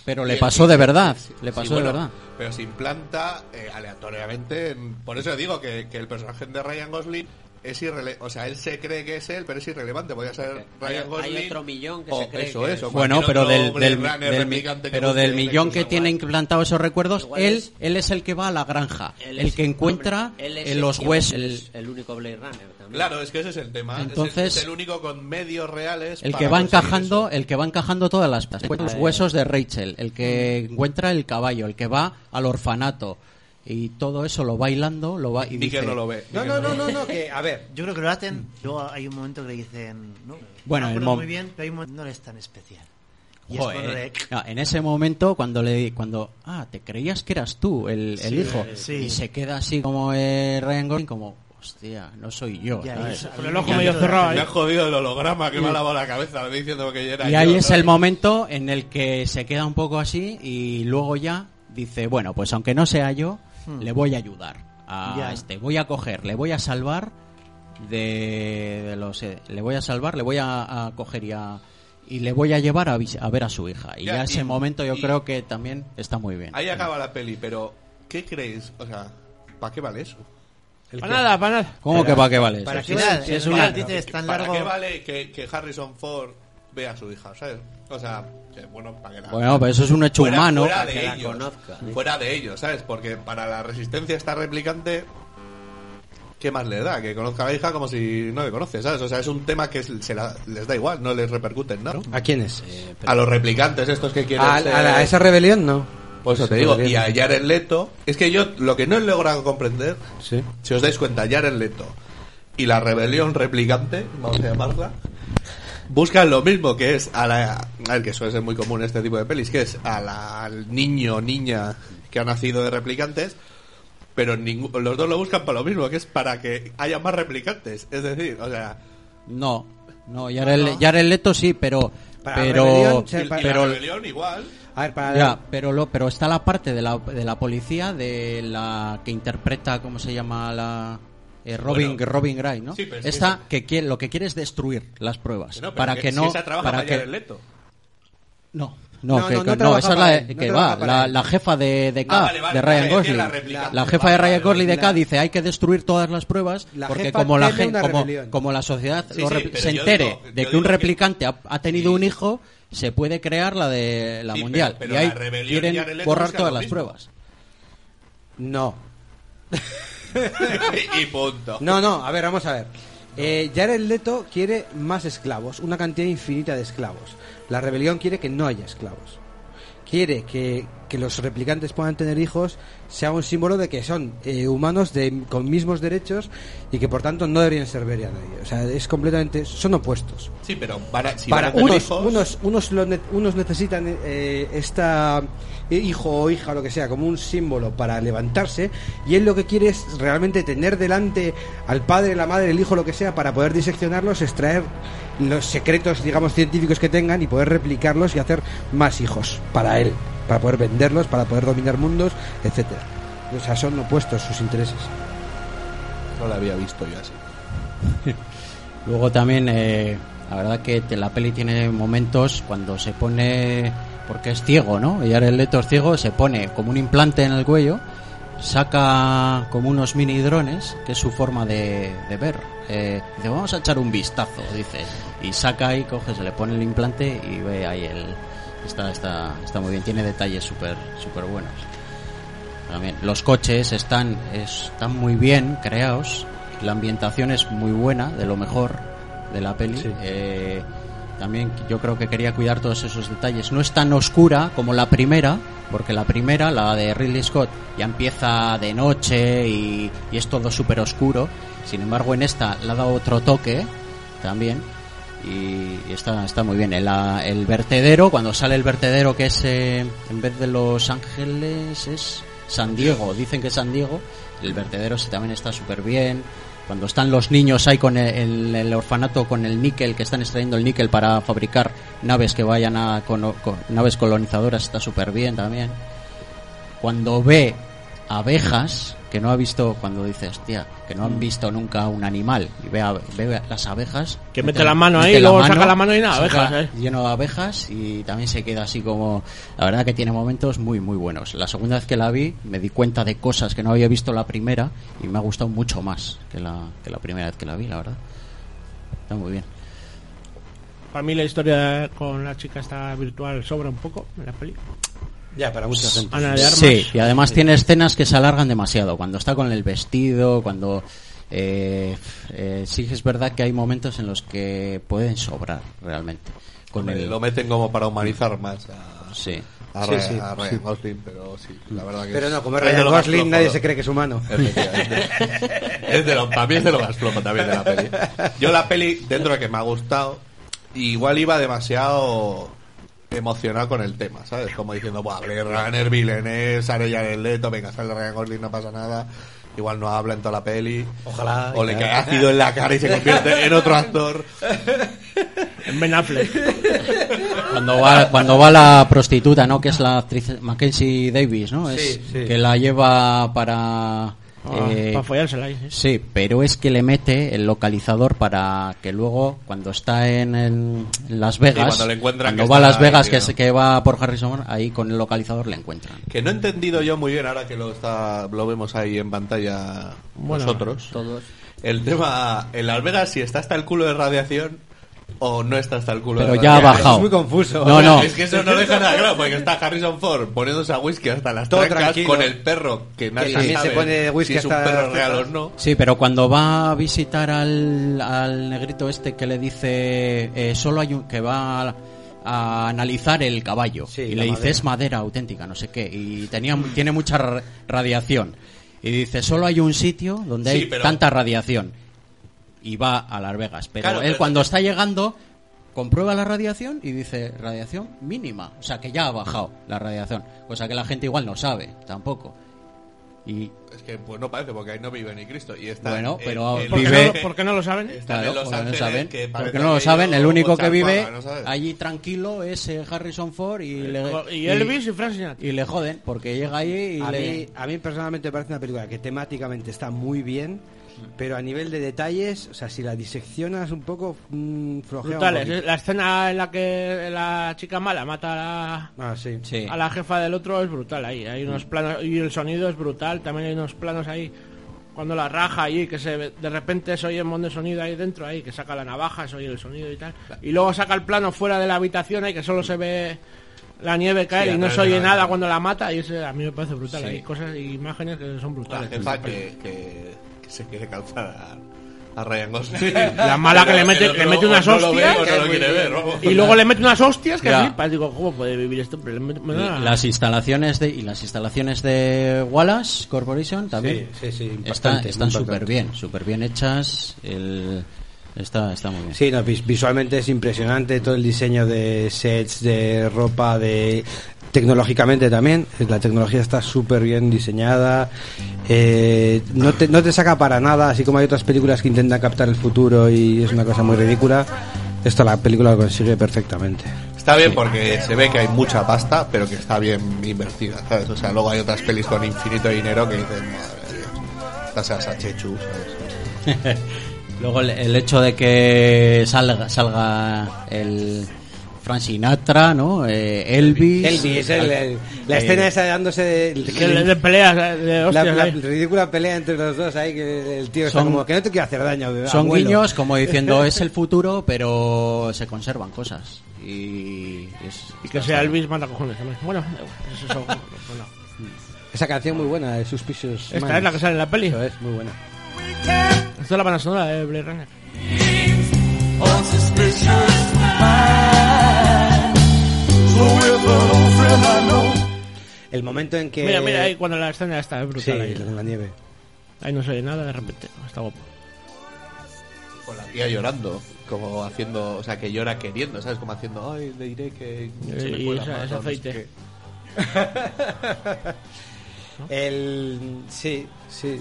Speaker 8: pero
Speaker 9: Y
Speaker 8: le
Speaker 9: el-
Speaker 8: pasó de verdad, le pasó de
Speaker 9: bueno,
Speaker 8: verdad.
Speaker 9: Pero se implanta eh, aleatoriamente. en- Por eso digo que, que el personaje de Ryan Gosling es irrelevante. O sea, él se cree que es él, pero es irrelevante. Podría ser Ryan
Speaker 6: hay
Speaker 9: Gosling.
Speaker 6: otro millón que
Speaker 9: o
Speaker 6: se cree
Speaker 9: Eso,
Speaker 6: que-
Speaker 9: eso.
Speaker 8: Bueno,
Speaker 9: cualquier
Speaker 8: pero
Speaker 9: otro
Speaker 8: del,
Speaker 9: Blade
Speaker 8: del,
Speaker 9: Runner
Speaker 8: del-
Speaker 9: replicante que pues
Speaker 8: pero del
Speaker 9: funcione,
Speaker 8: millón
Speaker 9: incluso
Speaker 8: que tiene implantado esos recuerdos,
Speaker 6: Igual
Speaker 8: él,
Speaker 6: es-
Speaker 8: él es el que va a la granja,
Speaker 6: Él
Speaker 8: el
Speaker 6: es-
Speaker 8: que encuentra
Speaker 6: hombre, él es
Speaker 8: eh,
Speaker 6: el
Speaker 8: los
Speaker 6: que-
Speaker 8: huesos.
Speaker 6: él es El único Blade Runner también.
Speaker 9: Claro, es que ese es el tema. Es el-
Speaker 8: Entonces-
Speaker 9: es el único con medios reales.
Speaker 8: El que
Speaker 9: para
Speaker 8: va
Speaker 9: conseguir
Speaker 8: encajando, el que va encajando todas las los
Speaker 6: Eh.
Speaker 8: huesos de Rachel, el que encuentra el caballo, el que va al orfanato y todo eso lo va hilando, lo va y dice,
Speaker 10: No, no, no, no, no, que a ver.
Speaker 11: Yo creo que lo hacen, luego hay un momento que le dicen, no,
Speaker 8: Mm. Bueno,
Speaker 11: no
Speaker 8: el
Speaker 11: acuerdo
Speaker 8: mom-
Speaker 11: muy bien, pero hay un momento no eres tan especial. Y
Speaker 8: Joder.
Speaker 11: es cuando le-
Speaker 8: No, en ese momento cuando le cuando ah, te creías que eras tú el, el
Speaker 11: Sí,
Speaker 8: hijo
Speaker 11: sí.
Speaker 8: y se queda así como eh, Ryan Gosling como hostia, no soy yo.
Speaker 11: Ya,
Speaker 8: ¿sabes?
Speaker 11: eso-
Speaker 7: Con el ojo medio cerrado ahí.
Speaker 9: Me ha jodido el holograma que me ha lavado la cabeza me diciendo que yo era
Speaker 8: Y ahí
Speaker 9: yo, eh,
Speaker 8: es
Speaker 9: ¿no?
Speaker 8: el momento en el que se queda un poco así y luego ya dice, bueno, pues aunque no sea yo,
Speaker 3: Hmm.
Speaker 8: le voy a ayudar a
Speaker 3: Ya.
Speaker 8: este, voy a coger, le voy a salvar de, de los, eh, le voy a salvar, le voy a, a coger y a- y le voy a llevar a, vis- a ver a su hija. Y ya,
Speaker 9: Ya, y-
Speaker 8: ese momento yo
Speaker 9: y-
Speaker 8: creo que también está muy bien.
Speaker 9: Ahí acaba la peli, pero ¿qué creéis? O sea, ¿para qué vale eso?
Speaker 7: Para nada, para nada.
Speaker 8: ¿Cómo que para qué vale?
Speaker 11: ¿Para
Speaker 8: eso?
Speaker 11: qué
Speaker 8: Sí,
Speaker 11: vale?
Speaker 8: sí, es
Speaker 11: Al
Speaker 8: una-
Speaker 11: final dices, tan
Speaker 9: ¿Para
Speaker 11: largo-
Speaker 9: qué vale que, que Harrison Ford vea a su hija? ¿Sabes? O sea, que, bueno, para que la-
Speaker 8: Bueno, pero eso es un hecho
Speaker 9: fuera-
Speaker 8: humano.
Speaker 9: Fuera
Speaker 8: Para que
Speaker 9: de
Speaker 8: la
Speaker 9: ellos.
Speaker 8: conozca.
Speaker 9: Fuera de ellos, ¿sabes? Porque para la resistencia está replicante. ¿qué más le da? Que conozca a la hija como si no le conoce, ¿sabes? O sea, es un tema que se la- les da igual, no les repercute en nada.
Speaker 10: ¿A quiénes?
Speaker 9: A los replicantes estos que quieren
Speaker 10: a,
Speaker 9: ser-
Speaker 10: a la- a esa rebelión no.
Speaker 9: Por eso te
Speaker 10: Esa
Speaker 9: digo,
Speaker 10: rebelión.
Speaker 9: y a Jared Leto, es que yo lo que no he logrado comprender,
Speaker 10: Sí.
Speaker 9: si os dais cuenta, Jared Leto y la rebelión replicante, vamos a llamarla, buscan lo mismo que es a la al que suele ser muy común en este tipo de pelis, que es a la- al niño o niña que ha nacido de replicantes, pero ningú- los dos lo buscan para lo mismo, que es para que haya más replicantes, es decir, o sea,
Speaker 8: No, no, Jared, Jared Leto sí, pero.
Speaker 9: Para
Speaker 8: pero
Speaker 9: rebelión, sí, para-
Speaker 8: pero
Speaker 9: Y la rebelión igual.
Speaker 10: A ver, para
Speaker 8: Ya, pero, lo, pero está la parte de la, de la policía, de la que interpreta, ¿cómo se llama? la eh, Robin,
Speaker 9: Bueno.
Speaker 8: Robin Gray, ¿no?
Speaker 9: Sí, pero es
Speaker 8: Esta que, quiere- lo que quiere es destruir las pruebas.
Speaker 9: que no, pero
Speaker 8: para que,
Speaker 9: que si
Speaker 8: no.
Speaker 9: esa trabaja
Speaker 8: para
Speaker 9: para
Speaker 8: que-
Speaker 9: Jared Leto.
Speaker 8: No. No,
Speaker 9: No,
Speaker 8: que-
Speaker 9: no,
Speaker 8: que-
Speaker 9: no
Speaker 8: no,
Speaker 9: trabaja
Speaker 8: esa es
Speaker 9: para
Speaker 8: la
Speaker 9: él,
Speaker 8: de-
Speaker 9: no
Speaker 8: que va,
Speaker 9: trabaja para
Speaker 8: la,
Speaker 9: él.
Speaker 8: la jefa de, de, K,
Speaker 9: Ah, vale, vale,
Speaker 8: de Ryan
Speaker 9: vale, que es
Speaker 8: Gosling.
Speaker 9: la
Speaker 8: La,
Speaker 9: replicante.
Speaker 8: jefa
Speaker 9: Vale,
Speaker 8: de Ryan
Speaker 9: vale,
Speaker 8: Gosling de
Speaker 9: vale.
Speaker 8: K dice hay que destruir todas las pruebas
Speaker 10: La
Speaker 8: porque
Speaker 10: jefa
Speaker 8: como la
Speaker 10: teme
Speaker 8: gente,
Speaker 10: una
Speaker 8: como,
Speaker 10: rebelión.
Speaker 8: como la sociedad
Speaker 9: Sí,
Speaker 8: lo
Speaker 9: sí,
Speaker 8: rep-
Speaker 9: pero
Speaker 8: se
Speaker 9: yo
Speaker 8: entere
Speaker 9: digo- yo
Speaker 8: de que
Speaker 9: digo
Speaker 8: un
Speaker 9: que-
Speaker 8: replicante ha, ha tenido un hijo, se puede crear la de la
Speaker 9: Sí,
Speaker 8: mundial.
Speaker 9: pero- pero
Speaker 8: y ahí
Speaker 9: la rebelión y Jared
Speaker 8: quieren
Speaker 9: Leto
Speaker 8: borrar
Speaker 9: buscan
Speaker 8: todas
Speaker 9: lo
Speaker 8: las
Speaker 9: mismo.
Speaker 8: pruebas.
Speaker 10: No.
Speaker 9: y punto.
Speaker 10: No, no, a ver, vamos a ver. Eh, Jared Leto quiere más esclavos, una cantidad infinita de esclavos. La rebelión quiere que no haya esclavos. Quiere que, que los replicantes puedan tener hijos, sea un símbolo de que son eh, humanos de, con mismos derechos y que por tanto no deberían servir a nadie. O sea, es completamente. son opuestos.
Speaker 9: Sí, pero para, si
Speaker 10: Para
Speaker 9: van pues, a tener
Speaker 10: unos,
Speaker 9: hijos-
Speaker 10: unos, unos, lo ne- unos necesitan eh, esta eh, hijo o hija o lo que sea como un símbolo para levantarse y él lo que quiere es realmente tener delante al padre, la madre, el hijo, lo que sea para poder diseccionarlos, extraer los secretos, digamos, científicos que tengan y poder replicarlos y hacer más hijos para él, para poder venderlos, para poder dominar mundos, etcétera. O sea, son opuestos sus intereses.
Speaker 9: No la había visto yo así.
Speaker 8: Luego también, eh, la verdad que te- la peli tiene momentos cuando se pone, porque es ciego, ¿no? Y ahora el leto es ciego, se pone como un implante en el cuello, saca como unos mini drones, que es su forma de, de ver. Eh, dice, vamos a echar un vistazo, dice. Y saca ahí, coge, se le pone el implante y ve ahí el... Está, está, está muy bien, tiene detalles súper super buenos. También, los coches están, están muy bien creados. La ambientación es muy buena, de lo mejor de la peli. Eh, también yo creo que quería cuidar todos esos detalles. No es tan oscura como la primera, porque la primera, la de Ridley Scott, ya empieza de noche y, y es todo súper oscuro. Sin embargo, en esta le ha dado otro toque también. Y, y está, está muy bien. El, ah, el vertedero, cuando sale el vertedero, que es eh, en vez de Los Ángeles, es San Diego. Dicen que es San Diego. El vertedero sí también está súper bien. Cuando están los niños ahí con el, el- el orfanato con el níquel, que están extrayendo el níquel para fabricar naves que vayan a. cono- con- naves colonizadoras, está súper bien también. Cuando ve abejas que no ha visto cuando dice hostia que no
Speaker 7: Mm.
Speaker 8: han visto nunca un animal y ve, abe- ve las abejas
Speaker 7: Que mete la mano ahí, luego saca la mano y nada,
Speaker 8: saca
Speaker 7: abejas, eh.
Speaker 8: lleno de abejas y también se queda así como la verdad que tiene momentos muy muy buenos la segunda vez que la vi me di cuenta de cosas que no había visto la primera y me ha gustado mucho más que la, que la primera vez que la vi la verdad está muy bien
Speaker 7: Para mí la historia con la chica está virtual sobra un poco en la peli.
Speaker 10: Ya, para mucha gente.
Speaker 7: Ana de Armas.
Speaker 8: Sí, y además tiene escenas que se alargan demasiado. Cuando está con el vestido, cuando. eh, eh, sí, es verdad que hay momentos en los que pueden sobrar realmente. Con
Speaker 9: Hombre,
Speaker 8: el,
Speaker 9: Lo meten como para humanizar más a,
Speaker 8: sí.
Speaker 9: a
Speaker 10: Sí,
Speaker 9: Ryan,
Speaker 10: sí,
Speaker 9: a Ryan
Speaker 10: sí.
Speaker 9: Gosling, pero sí, la verdad que
Speaker 10: Pero
Speaker 9: es-
Speaker 10: no, como
Speaker 9: es
Speaker 10: Ryan
Speaker 9: de lo más
Speaker 10: Gosling
Speaker 9: flojo,
Speaker 10: nadie
Speaker 9: ¿no?
Speaker 10: se cree que es humano.
Speaker 9: Efectivamente. es de lo, para mí es de lo más flojo también de la peli. Yo la peli, dentro de que me ha gustado, igual iba demasiado emocionado con el tema, ¿sabes? Como diciendo, Buah, Blade Runner, Villeneuve, sale ya el Leto, venga, sale Ryan Gosling, no pasa nada. Igual no habla en toda la peli.
Speaker 10: Ojalá.
Speaker 9: O le cae ácido en la cara y se convierte en otro actor.
Speaker 7: En Ben Affleck.
Speaker 8: Cuando va, cuando va la prostituta, ¿no? Que es la actriz Mackenzie Davis, ¿no? Es
Speaker 10: Sí, sí.
Speaker 8: que la lleva para. eh,
Speaker 7: para follársela ahí. ¿eh?
Speaker 8: Sí, pero es que le mete el localizador para que luego, cuando está en, en Las Vegas,
Speaker 9: cuando le encuentran
Speaker 8: cuando
Speaker 9: que
Speaker 8: va a
Speaker 9: está
Speaker 8: Las Vegas,
Speaker 9: ahí,
Speaker 8: que,
Speaker 9: tío.
Speaker 8: se- que va por Harrison, Ford, ahí con el localizador le encuentran.
Speaker 9: Que no he entendido yo muy bien ahora que lo está lo vemos ahí en pantalla
Speaker 7: Bueno,
Speaker 9: nosotros. El tema en Las Vegas si está hasta el culo de radiación, o no está hasta el culo.
Speaker 8: Pero
Speaker 9: de
Speaker 8: ya ha
Speaker 9: Ryan.
Speaker 8: bajado. Es muy confuso. No, no.
Speaker 9: Es que eso no deja nada claro, porque está Harrison Ford poniéndose a whisky hasta las
Speaker 2: Todo
Speaker 9: trancas
Speaker 2: tranquilo.
Speaker 9: con el perro que nadie
Speaker 2: también
Speaker 9: sabe
Speaker 2: se pone whisky
Speaker 9: si es un
Speaker 2: hasta
Speaker 9: perro
Speaker 2: las
Speaker 9: real o
Speaker 2: tetas.
Speaker 9: no.
Speaker 8: Sí, pero cuando va a visitar al, al negrito este que le dice eh, solo hay un que va a, a analizar el caballo y le
Speaker 10: la
Speaker 8: dice
Speaker 10: madera.
Speaker 8: es madera auténtica, no sé qué, y tenía
Speaker 9: Mm.
Speaker 8: tiene mucha ra- radiación y dice solo hay un sitio donde
Speaker 9: Sí,
Speaker 8: hay
Speaker 9: pero-
Speaker 8: tanta radiación y va a Las Vegas, pero
Speaker 9: Claro,
Speaker 8: él
Speaker 9: pero-
Speaker 8: cuando está llegando comprueba la radiación y dice radiación mínima, o sea que ya ha bajado la radiación, cosa que la gente igual no sabe tampoco. Y
Speaker 9: Es que pues no parece, porque ahí no vive ni Cristo. Y está
Speaker 8: Bueno,
Speaker 9: en-
Speaker 8: pero
Speaker 9: en-
Speaker 7: ¿Por qué
Speaker 8: vive-
Speaker 7: no lo- por qué no lo saben? ¿eh?
Speaker 9: Está
Speaker 8: Claro,
Speaker 9: en Los
Speaker 8: porque no lo
Speaker 9: Ángeles,
Speaker 8: saben.
Speaker 9: que parece
Speaker 8: Porque no lo
Speaker 9: aquello
Speaker 8: saben, el único que
Speaker 9: Charpaga,
Speaker 8: vive
Speaker 9: ¿no sabes?
Speaker 8: allí tranquilo es eh, Harrison Ford y,
Speaker 10: Eh,
Speaker 8: le,
Speaker 7: Y Elvis y Frank Sinatra.
Speaker 8: y le joden, porque llega ahí y
Speaker 10: a,
Speaker 8: le...
Speaker 10: mí, a mí personalmente me parece una película que temáticamente está muy bien, pero a nivel de detalles, o sea, si la diseccionas un poco, mm, flojea un
Speaker 7: Brutales.
Speaker 10: poquito.
Speaker 7: ¿eh? La escena en la que la chica mala mata a la,
Speaker 10: Ah, sí.
Speaker 8: Sí.
Speaker 7: a la jefa del otro es brutal ahí. Hay
Speaker 9: Mm.
Speaker 7: unos planos y el sonido es brutal. También hay unos planos ahí cuando la raja ahí que se de repente se oye un montón de sonido ahí dentro ahí que saca la navaja, se oye el sonido y tal. Y luego saca el plano fuera de la habitación ahí que solo se ve la nieve caer
Speaker 9: Sí,
Speaker 7: y no
Speaker 9: atrás
Speaker 7: se
Speaker 9: de
Speaker 7: oye
Speaker 9: la-
Speaker 7: nada cuando la mata y ese a mí me parece brutal.
Speaker 9: Sí.
Speaker 7: Hay cosas y imágenes que son
Speaker 9: La
Speaker 7: brutales.
Speaker 9: jefa que, que, que se quiere calzar a, a Ryan Gosling.
Speaker 7: La mala que le
Speaker 9: Pero
Speaker 7: mete-
Speaker 9: el otro
Speaker 7: le mete unas
Speaker 9: o No lo, ve
Speaker 7: hostias,
Speaker 9: o
Speaker 7: que
Speaker 9: no
Speaker 7: es
Speaker 9: lo
Speaker 7: muy
Speaker 9: quiere
Speaker 7: bien.
Speaker 9: ver, vamos.
Speaker 7: Y luego le mete unas hostias que
Speaker 8: Ya.
Speaker 7: flipas. Digo, ¿cómo puede vivir este hombre? Le mete- me da-
Speaker 8: Las instalaciones de y las instalaciones de Wallace Corporation también
Speaker 10: Sí, sí, sí, impactante,
Speaker 8: está-
Speaker 10: muy
Speaker 8: están
Speaker 10: impactante.
Speaker 8: súper bien, súper bien hechas, el- está, está muy bien.
Speaker 10: Sí, no, vis- visualmente es impresionante todo el diseño de sets, de ropa, de tecnológicamente también. La tecnología está súper bien diseñada. eh, no, te, no te saca para nada, así como hay otras películas que intentan captar el futuro y es una cosa muy ridícula. Esta la película lo consigue perfectamente.
Speaker 9: Está bien porque se ve que hay mucha pasta, pero que está bien invertida, ¿sabes? O sea, luego hay otras pelis con infinito dinero que dicen, madre de Dios, estás a Sachechu, ¿sabes?
Speaker 8: Luego el, el hecho de que salga, salga el Frank Sinatra, ¿no? Eh, Elvis.
Speaker 10: la
Speaker 8: Eh,
Speaker 10: escena esa dándose
Speaker 7: Que le- de peleas, eh, de
Speaker 10: la,
Speaker 7: hostias. ahí.
Speaker 10: ridícula pelea entre los dos ahí que el tío
Speaker 8: está Son- como,
Speaker 10: que no te quiero hacer daño.
Speaker 8: Son guiños como diciendo es el futuro, pero se conservan cosas. Y, es-
Speaker 7: Y que sea Elvis manda cojones también. Bueno, da igual, es eso. bueno.
Speaker 10: Esa canción muy buena de Suspicious
Speaker 7: Esta
Speaker 10: Minds.
Speaker 7: es la que sale en la peli.
Speaker 10: Eso es, muy buena.
Speaker 7: Esta es la banda sonora de Blade Runner.
Speaker 10: El momento en que...
Speaker 7: Mira, mira, ahí cuando la escena está, es
Speaker 10: Sí,
Speaker 7: brutal. ahí.
Speaker 10: en la nieve.
Speaker 7: Ahí no se ve nada de repente. Está guapo.
Speaker 9: Con la tía llorando, como haciendo, o sea, que llora queriendo, ¿sabes? Como haciendo, ay, le diré que se me
Speaker 7: Y
Speaker 9: fue la
Speaker 7: esa-
Speaker 9: mano",
Speaker 7: ese
Speaker 9: no sé
Speaker 7: aceite.
Speaker 9: qué.
Speaker 10: El... Sí, sí.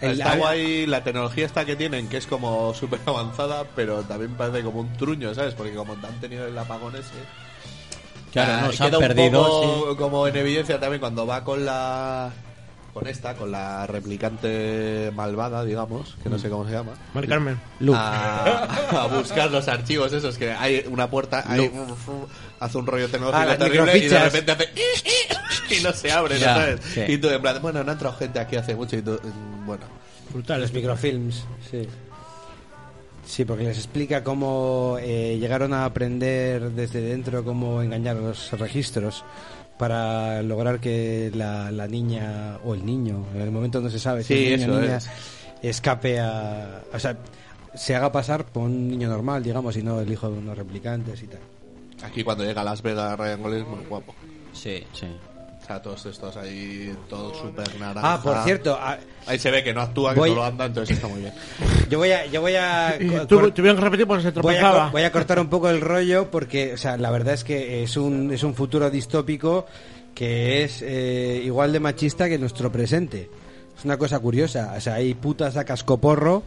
Speaker 10: El-
Speaker 9: Está guay la tecnología esta que tienen, que es como súper avanzada, pero también parece como un truño, ¿sabes? Porque como han tenido el apagón ese...
Speaker 8: Claro,
Speaker 9: Ah,
Speaker 8: no, se han
Speaker 9: queda un
Speaker 8: perdido.
Speaker 9: poco Como en evidencia también cuando va con la. Con esta, con la replicante malvada, digamos,
Speaker 8: Mm.
Speaker 9: que no sé cómo se llama.
Speaker 7: Mari Carmen.
Speaker 9: A, a buscar los archivos esos, que hay una puerta, hay, hace un rollo
Speaker 10: Ah,
Speaker 9: tecnológico
Speaker 10: las
Speaker 9: terrible y de
Speaker 10: microfichas.
Speaker 9: repente hace. Y no se abre, ¿no
Speaker 8: Ya,
Speaker 9: sabes?
Speaker 8: sí.
Speaker 9: Y tú, en plan, bueno, no ha entrado gente aquí hace mucho y tú, mm, bueno.
Speaker 7: Brutal.
Speaker 10: Los microfilms, sí. Sí, porque les explica cómo eh, llegaron a aprender desde dentro cómo engañar los registros para lograr que la, la niña o el niño, en el momento no se sabe si
Speaker 9: Sí,
Speaker 10: es niño o
Speaker 9: eso
Speaker 10: niña,
Speaker 9: es.
Speaker 10: escape a... O sea, se haga pasar por un niño normal, digamos, y no el hijo de unos replicantes y tal.
Speaker 9: Aquí cuando llega a Las Vegas Ryan Gosling es muy guapo.
Speaker 8: Sí, sí.
Speaker 9: O sea, todos estos ahí, todos súper naranja.
Speaker 10: Ah, por cierto, ah,
Speaker 9: Ahí se ve que no actúa, que
Speaker 10: Voy-
Speaker 9: solo anda, entonces está muy bien.
Speaker 10: yo voy a... Yo voy a
Speaker 7: Y
Speaker 10: co-
Speaker 7: tuve-
Speaker 10: cor-
Speaker 7: tuvieron que repetir porque se
Speaker 10: Voy a,
Speaker 7: tropezaba.
Speaker 10: co- voy a cortar un poco el rollo porque, o sea, la verdad es que es un, es un futuro distópico que es eh, igual de machista que nuestro presente. Es una cosa curiosa. O sea, hay putas a cascoporro,